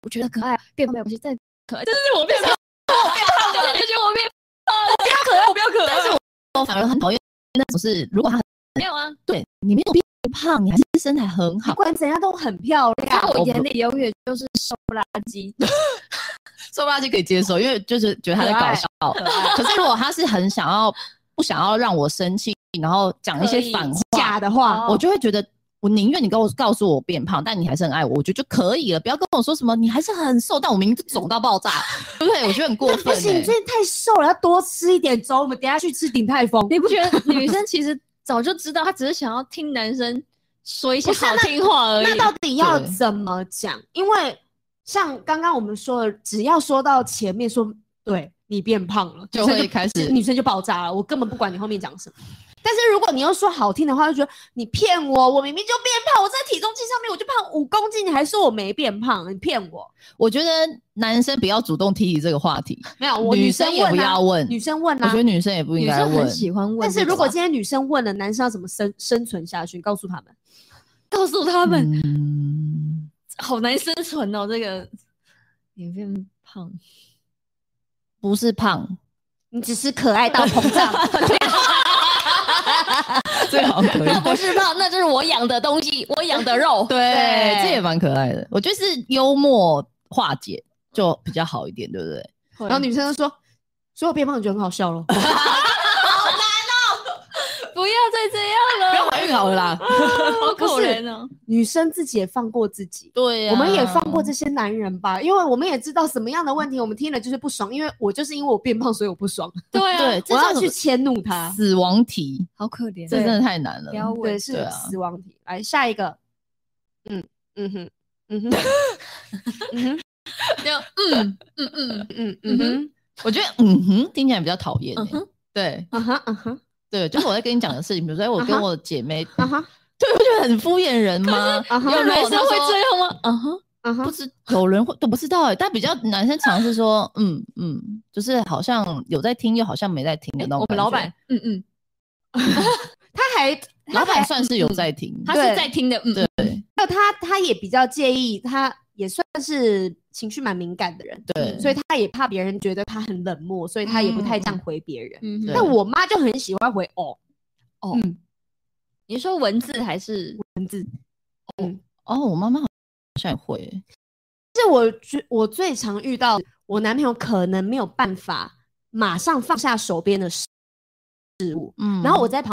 我觉得可爱，变胖没有关系，但可爱，但是我变胖，我变胖了，你觉得我变胖了，我不要可爱，我不要可爱，但是我我反而很讨厌那种是，如果他没有啊，对你没有变胖，你还是身材很不 好，管怎样都很漂亮啊在。我眼里永远就是瘦不拉几，瘦吧就可以接受，因为就是觉得他在搞笑。啊 可是如果他是很想要不想要让我生气，然后讲一些反话，假的话，哦我就会觉得。我宁愿你跟我告诉我变胖，但你还是很爱我，我觉得就可以了。不要跟我说什么你还是很瘦，但我明明就肿到 爆炸，对不对？我觉得很过分、不行，欸你。最近太瘦了，要多吃一点粥。我们等一下去吃鼎泰丰。你不觉得女生其实早就知道，她只是想要听男生说一些好听话而已那。到底要对怎么讲？因为像刚刚我们说的，只要说到前面说对你变胖了，就女生会开始女生就爆炸了。我根本不管你后面讲什么。但是如果你又说好听的话，就觉得你骗我，我明明就变胖，我在体重计上面我就胖五公斤，你还说我没变胖，你骗我。我觉得男生不要主动提起这个话题，没有，我女生也不问啊要问。女生问我觉啊得。女生也不应女该生问很。喜欢问这但种啊，是如果今天女生问了，男生要怎么生生存下去？告诉他们，告诉他们嗯好难生存哦，这个你变胖，不是胖，你只是可爱到膨胀，这个好像可以。那 不是胖，那就是我养的东西，我养的 肉。对，这也蛮可爱的。我觉得是幽默化解就比较好一点，对不对？会然后女生就说，所以我变胖你觉得很好笑咯。不要再这样了，怀孕好了啦。 好不可是怜哦。女生自己也放过自己，对呀、啊我们也放过这些男人吧，因为我们也知道什么样的问题，我们听了就是不爽，因为我就是因为我变胖，所以我不爽， 对对，啊，这我叫要什去么迁怒他。死亡题，好可怜，这真的太难了不。要对，问，是对啊死亡题。来下一个，嗯嗯哼，嗯哼，嗯哼，就嗯嗯嗯，嗯嗯哼，我觉得嗯哼听起来比较讨厌欸、嗯哼对啊哈啊哈对，就是我在跟你讲的事情，比如说哎我啊跟哈我姐妹，啊哈对，不觉得很敷衍人吗？啊哈有男男生生会会这这样吗？嗯哼，啊不哈，知有人会都不知道哎、但比较男生尝试说，嗯嗯，就是好像有在听，又好像没在听的那种我们感觉老板，嗯嗯，他还老板算是有在听，他他是对在听的，嗯，对那他他也比较介意，他也算是情绪蛮敏感的人，对，所以他也怕别人觉得他很冷漠，所以他也不太这样回别人。嗯对但我妈就很喜欢回哦，你说文字还是哦，我妈妈好像也会、欸，这我最我最常遇到，我男朋友可能没有办法马上放下手边的事，嗯，然后我在旁，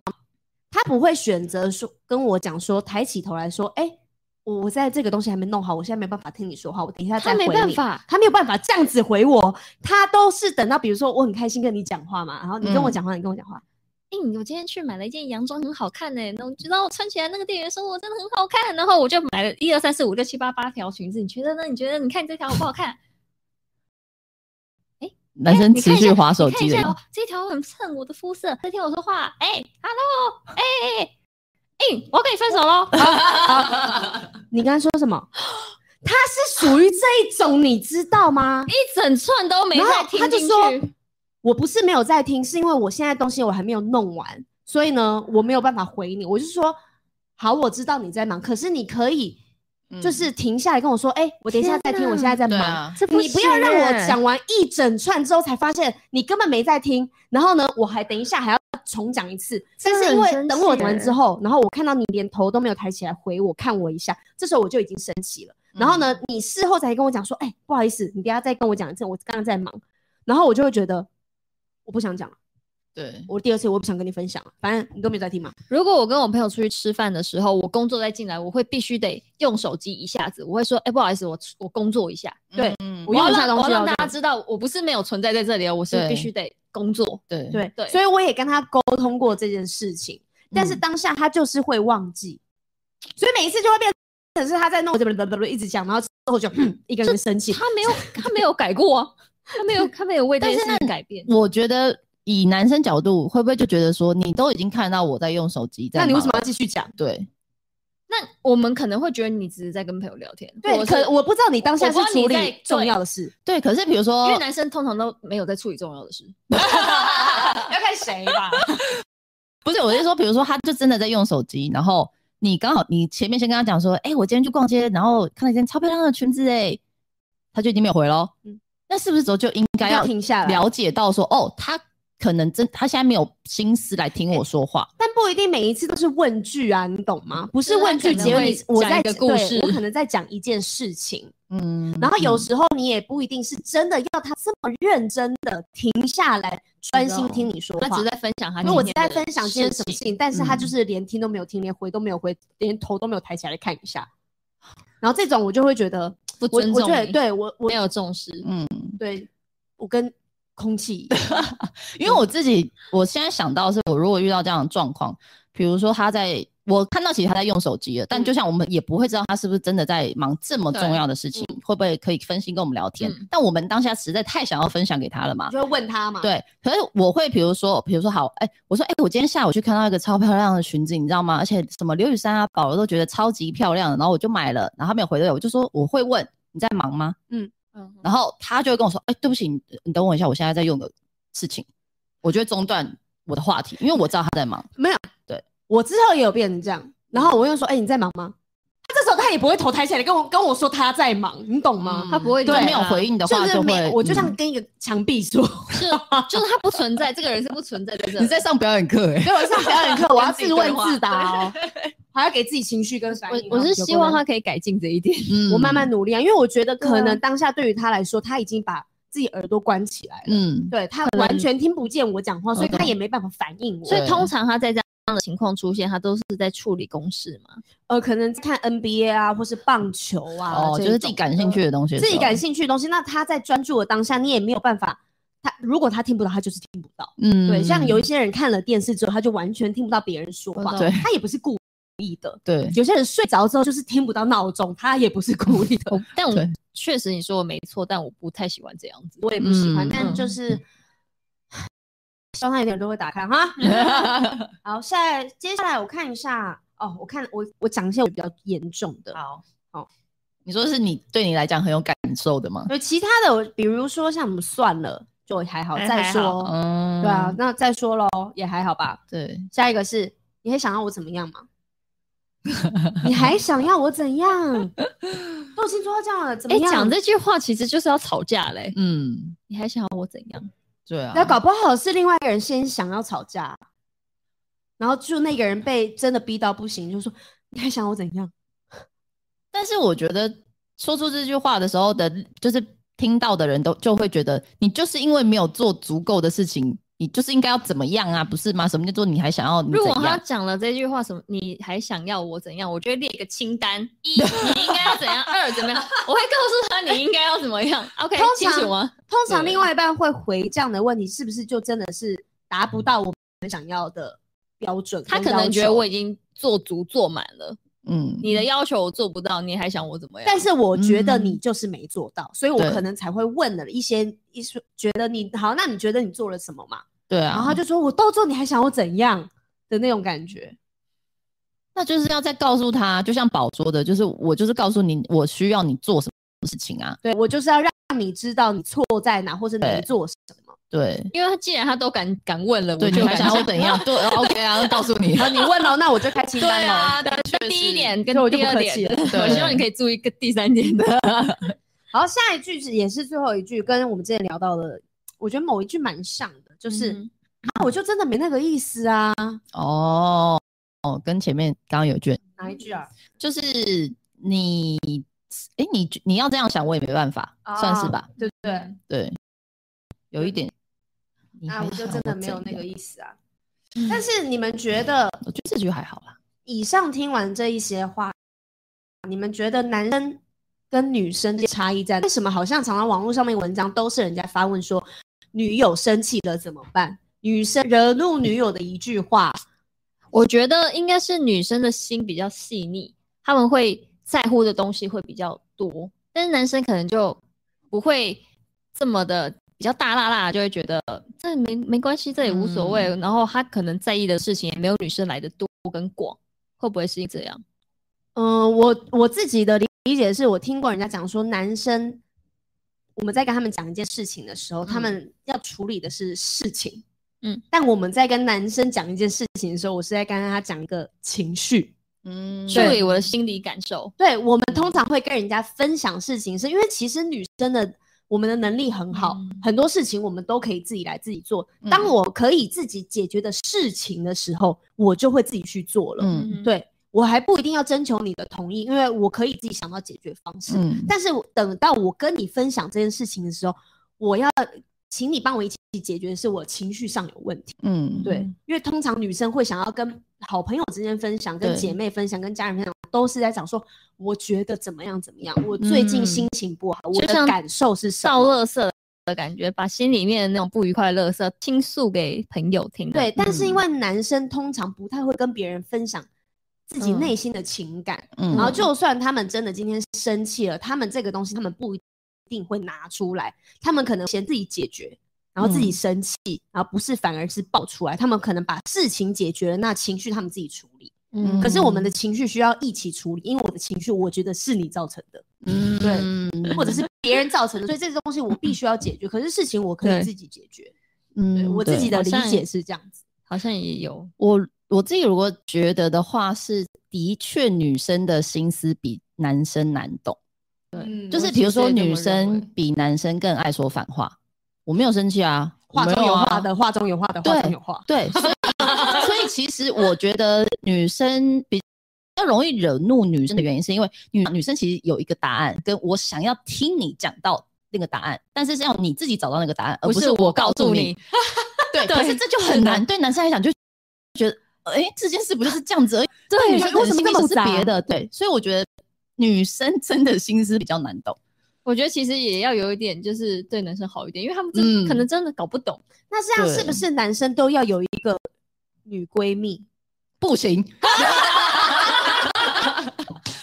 他不会选择说跟我讲说，抬起头来说，哎、我我在这个东西还没弄好，我现在没办法听你说话，我等一下再他回没你办法，他没有办法这样子回我，他都是等到比如说我很开心跟你讲话嘛，然后你跟我嗯讲话，你跟我讲话，哎、你我今天去买了一件洋装，很好看呢、那我知道我穿起来那个店员说我真的很好看，然后我就买了一二三四五六七八八条裙子，你觉得呢？你觉得你看这条好不好看？男哎生持续划手你机看一下的哦，，这条很衬我的肤色。这天我说话，哎、h e l l o 哎哎哎，欸我要跟你分手喽。哦 你刚才说什么？他是属于这一种，你知道吗？一整串都没然后在听他就进说去，我不是没有在听，是因为我现在东西我还没有弄完，所以呢，我没有办法回你。我就说，好，我知道你在忙，可是你可以嗯就是停下来跟我说，哎、我等一下再听，天哪我现在在嗯对忙。啊，这啊你不要让我，讲完一整串之后才发现你根本没在听，然后呢，我还等一下还要重讲一次。但真的是因为很生气等我讲完耶之后，然后我看到你连头都没有抬起来回我看我一下，这时候我就已经生气了。嗯然后呢，你事后才跟我讲说，哎、不好意思，你等一下再跟我讲一次，我刚刚在忙。然后我就会觉得我不想讲了，对，我第二次我不想跟你分享了，反正你都没有在听嘛。如果我跟我朋友出去吃饭的时候，我工作再进来，我会必须得用手机一下子，我会说，哎、不好意思，我我工作一下，对嗯我用要一下让东西我要让哦大家这样知道，我不是没有存在在这里哦，我是对必须得工作。对对对所以我也跟他沟通过这件事情，但是嗯当下他就是会忘记，所以每一次就会变成是他在弄，我就一直讲，然后之后就一个人生气。他没有，他没有改过、啊，他没有， 他没有为这件事情改变。我觉得以男生角度，会不会就觉得说你都已经看到我在用手机，在那你为什忙么要继续讲？对那我们可能会觉得你只是在跟朋友聊天，对，或者是可我不知道你当下我是不知道你处在理对重要的事，对？可是比如说因为，男生通常都没有在处理重要的事。要看谁 吧。不是我是说，比如说他就真的在用手机，然后你刚好你前面先跟他讲说，哎、我今天去逛街，然后看到一件超漂亮的裙子、哎，他就已经没有回喽。嗯那是不是之后就应该要要停下来了解到说，哦，他可能真他现在没有心思来听我说话，但不一定每一次都是问句啊，你懂吗？不是就是他问句，可能只有会你我讲在一个故对事我可能在讲一件事情，嗯，然后有时候你也不一定是真的要他这么认真的停下来专心听你说他话只是。在分享他因今为天的事情。我只在分享今天什么事情，但是他嗯就是连听都没有听，连回都没有回，连头都没有抬起来看 一下。然后这种我就会觉得，不我尊我重觉得你，对 我我没有重视。嗯，对我跟空气 一样因为我自己，我现在想到是我如果遇到这样的状况，比如说他在我看到其实他在用手机了，但嗯就像我们也不会知道他是不是真的在忙这么重要的事情，会不会可以分心跟我们聊天？嗯但我们当下实在太想要分享给他了嘛你，就会问他嘛。，对，可是我会比如说，比如说好，哎、我说，哎、我今天下午去看到一个超漂亮的裙子，你知道吗？而且什么刘雨珊啊、宝儿都觉得超级漂亮的，然后我就买了，然后他没有回对我，我就说我会问你在忙吗？嗯，然后他就会跟我说，哎、对不起，你你等我一下，我现在在用个事情，我就会中断我的话题，因为我知道他在忙。我之后也有变成这样，然后我又说，哎、你在忙吗？他这时候他也不会头抬起来跟我跟我说他在忙，你懂吗？他不会对理没有他回应的话就是没会，有，我就嗯像跟一个墙 壁说，是就是他不存在，这个人是不存在在这。你在上表演课哎、对我上表演课，我要自己自问对话自答哦，还要给自己情绪跟反应我哦。我是有希够望难他可以改进这一点。嗯我慢慢努力啊，因为我觉得对可啊能当下对于他来说，他已经把自己耳朵关起来了，嗯，对他完全听不见我讲话，所以我懂他也没办法反应我。所以对通常他在这样的情况出现，他都是在处理公事嘛。呃，可能看 NBA 啊，或是棒球啊，哦，这就一是自种己感兴趣的东西的时自候，己感兴趣的东西。那他在专注的当下，你也没有办法。他如果他听不到，他就是听不到。嗯，对，像有一些人看了电视之后，他就完全听不到别人说话我，懂对他也不是故意的。对，有些人睡着之后就是听不到闹钟，他也不是故意的。我但我对确实你说我没错，但我不太喜欢这样子。我也不喜欢，嗯但就是 双眼点都会打开哈。好，下来接下来我看一下哦，我看我我讲一些我比较严重的，好，好，你说是你对你来讲很有感受的吗？有其他的，我比如说像我们算了就还好，还再还说，嗯，对啊，，那再说喽，也还好吧。对，下一个是你还想要我怎么样吗？你还想要我怎样？都已经做到这样了，怎么哎，样？讲这句话其实就是要吵架嘞。嗯，你还想要我怎样？对啊，那搞不好是另外一个人先想要吵架，然后就那个人被真的逼到不行，就说你还想我怎样？但是我觉得说出这句话的时候的，就是听到的人都就会觉得，你就是因为没有做足够的事情，你就是应该要怎么样啊，不是吗？什么叫做你还想要你如果怎他样？讲了这句话，什么你还想要我怎样？我就会列一个清单，一你应该要怎样，二怎么样，我会告诉他你应该要怎么样。OK，通清常楚吗？通常对另外一半会回这样的问题，是不是就真的是达不到我们想要的标准跟他要求？可能觉得我已经做足做满了，嗯，你的要求我做不到，你还想我怎么样？但是我觉得嗯你就是没做到，所以我对可能才会问了一些一说，觉得你好，那你觉得你做了什么嘛？对然啊，后他就说我都做，你还想我怎样的那种感觉。那就是要再告诉他，就像宝说的，就是我就是告诉你，我需要你做什么事情啊？对我就是要让你知道你错在哪，或者对你做什么。对，因为他既然他都敢敢问了，对，我你就还敢想要我想 怎样？对，OK 啊，告诉 你，然后你问了，那我就开清对单了。啊，的确第一是点跟所以我就第不二客点气了，我希望你可以注意个第三点的。然后下一句是也是最后一句，跟我们之前聊到的，我觉得某一句蛮像的，就是、嗯啊，我就真的没那个意思啊。哦哦，跟前面刚刚有一句哪一句啊？就是你，哎、你你要这样想，我也没办法，算是吧？哦对对对，对，有一点。你啊，还我就想真的我嗯没怎有那样个，意思啊。但是你们觉得，我觉得这句还好啦。以上听完这一些话，你们觉得男生跟女生的差异在哪为什么？好像常常网络上面文章都是人家发问说，女友生气了怎么办？女生惹怒女友的一句话，我觉得应该是女生的心比较细腻，他们会在乎的东西会比较多，但是男生可能就不会这么的比较大辣辣，就会觉得这没没关系，这也无所谓。嗯然后他可能在意的事情也没有女生来的多跟广，会不会是这样？嗯、我我自己的理理解是我听过人家讲说，男生我们在跟他们讲一件事情的时候，他嗯们要处理的是事情，嗯，但我们在跟男生讲一件事情的时候，我是在跟他讲一个情绪，嗯处对理我的心理感受，对我们通常会跟人家分享事情是，因为其实女生的我们的能力很好，嗯很多事情我们都可以自己来自己做嗯。当我可以自己解决的事情的时候，我就会自己去做了。嗯对，对我还不一定要征求你的同意，因为我可以自己想到解决方式。嗯，但是我等到我跟你分享这件事情的时候，我要请你帮我一起解决的是我情绪上有问题。嗯，对嗯，因为通常女生会想要跟好朋友之间分享、跟对姐妹分享、跟家人分享，都是在讲说，我觉得怎么样怎么样，我最近嗯心情不好，我就像的感受是什倒垃么？圾的感觉，把心里面的那种不愉快的垃圾倾诉给朋友听。对，，但是因嗯为男生通常不太会跟别人分享自己嗯内心的情感，嗯，然后就算他们真的今天生气了，他们这个东西他们不一定会拿出来，他们可能先自己解决，然后自己嗯生气，然后不是反而是爆出来，他们可能把事情解决了，那情绪他们自己处理。嗯可是我们的情绪需要一起处理，因为我的情绪我觉得是你造成的，嗯，对，或者是别人造成的，所以这东西我必须要解决。可是事情我可对以自己解决，对嗯，我自己对的理好像解是这样子。好像也有，我我自己如果觉得的话，是的确女生的心思比男生难懂。对嗯就是我比其如实说也这女么认生为比男生更爱说反话，我没有生气啊，我话没中有话啊，的，话中有话的，对话中有话。对，所以 所以其实我觉得女生比较容易惹怒女生的原因，是因为女女生其实有一个答案，跟我想要听你讲到那个答案，但是是要你自己找到那个答案，而不是我告诉 你。，对，对可是这就很难，对男生来讲就觉得，哎、这件事不就是这样子而已？对女生可能为什么心里这么想复杂是别的，对，所以我觉得女生真的心思比较难懂。我觉得其实也要有一点，就是对男生好一点，因为他们真、嗯可能真的搞不懂。那这样是不是男生都要有一个女闺蜜？不行，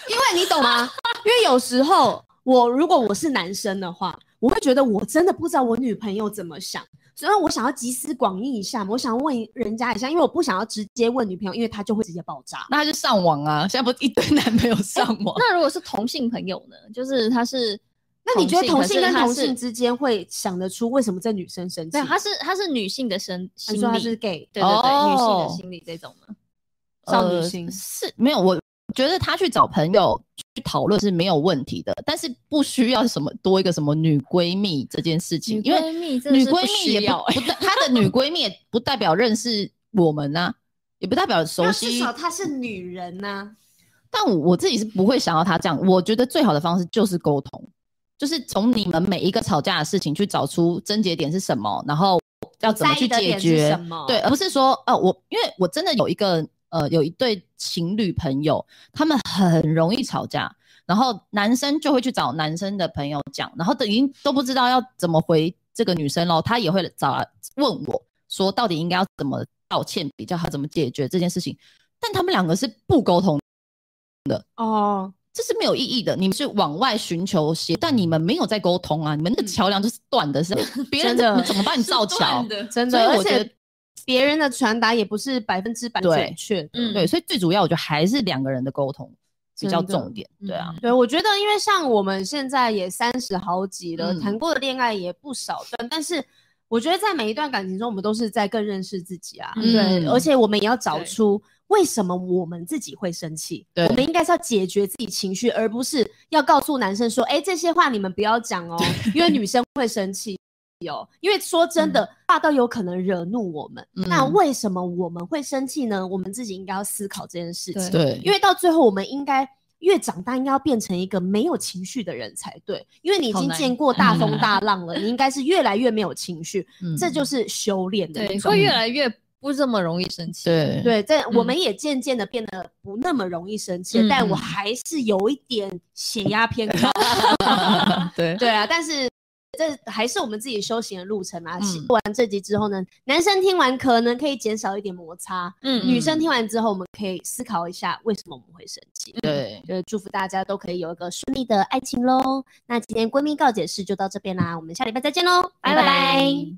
因为你懂吗？因为有时候我如果我是男生的话，我会觉得我真的不知道我女朋友怎么想，所以我想要集思广益一下嘛，我想要问人家一下，因为我不想要直接问女朋友，因为她就会直接爆炸。那他就上网啊！现在不是一堆男朋友上网，那如果是同性朋友呢？就是他是，那你觉得同性性可跟是他同是性之间会想得出为什么这女生生气？对，他是他是女性的生心你理，说她是 gay，对对对，女性哦的心理这种呢？少女心呃、是没有，我觉得他去找朋友去讨论是没有问题的，但是不需要什么多一个什么女闺蜜这件事情，因为女闺蜜真的女是不闺蜜也需要不欸欸不代，她的女闺蜜也不代表认识我们呐、也不代表熟那至悉。少她是女人呐、但我我自己是不会想要她这样，我觉得最好的方式就是沟通，就是从你们每一个吵架的事情去找出症结点是什么，然后要怎么去在意解的点是决什。么？对，而不是说呃，我因为我真的有一个呃，有一对情侣朋友，他们很容易吵架，然后男生就会去找男生的朋友讲，然后都已经都不知道要怎么回这个女生咯，他也会找来问我说到底应该要怎么道歉比较好，怎么解决这件事情，但他们两个是不沟通，哦，这是没有意义的。你们是往外寻求协，但你们没有在沟通啊，你们那个桥梁就是断的，是别真人的怎么怎么帮你造是桥断？的真所以的，而我觉得且别人的传达也不是百分之百对准确的。嗯对，所以最主要我觉得还是两个人的沟通比较真的重点，对啊。嗯对，我觉得因为像我们现在也三十好几了，嗯谈过的恋爱也不少段，但是我觉得在每一段感情中，我们都是在更认识自己啊。嗯对，而且我们也要找对出为什么我们自己会生气。对我们应该是要解决自己情绪，而不是要告诉男生说：“哎、这些话你们不要讲哦，因为女生会生气。”哦，因为说真的，话都有可能惹怒我们。那嗯为什么我们会生气呢？我们自己应该要思考这件事情。对，因为到最后我们应该越长大，应该要变成一个没有情绪的人才对。因为你已好经难见过嗯大风大浪了，你应该是越来越没有情绪，嗯这就是修炼的一对，种。会越来越不这么容易生气。对对，但嗯我们也渐渐的变得不那么容易生气，嗯但我还是有一点血压偏 高。 对对啊，但是这还是我们自己修行的路程啊。嗯做完这集之后呢，男生听完可能可以减少一点摩擦，嗯女生听完之后，我们可以思考一下为什么我们会生气。对，就是呃祝福大家都可以有一个顺利的爱情喽。那今天闺蜜告解室就到这边啦，我们下礼拜再见喽，拜拜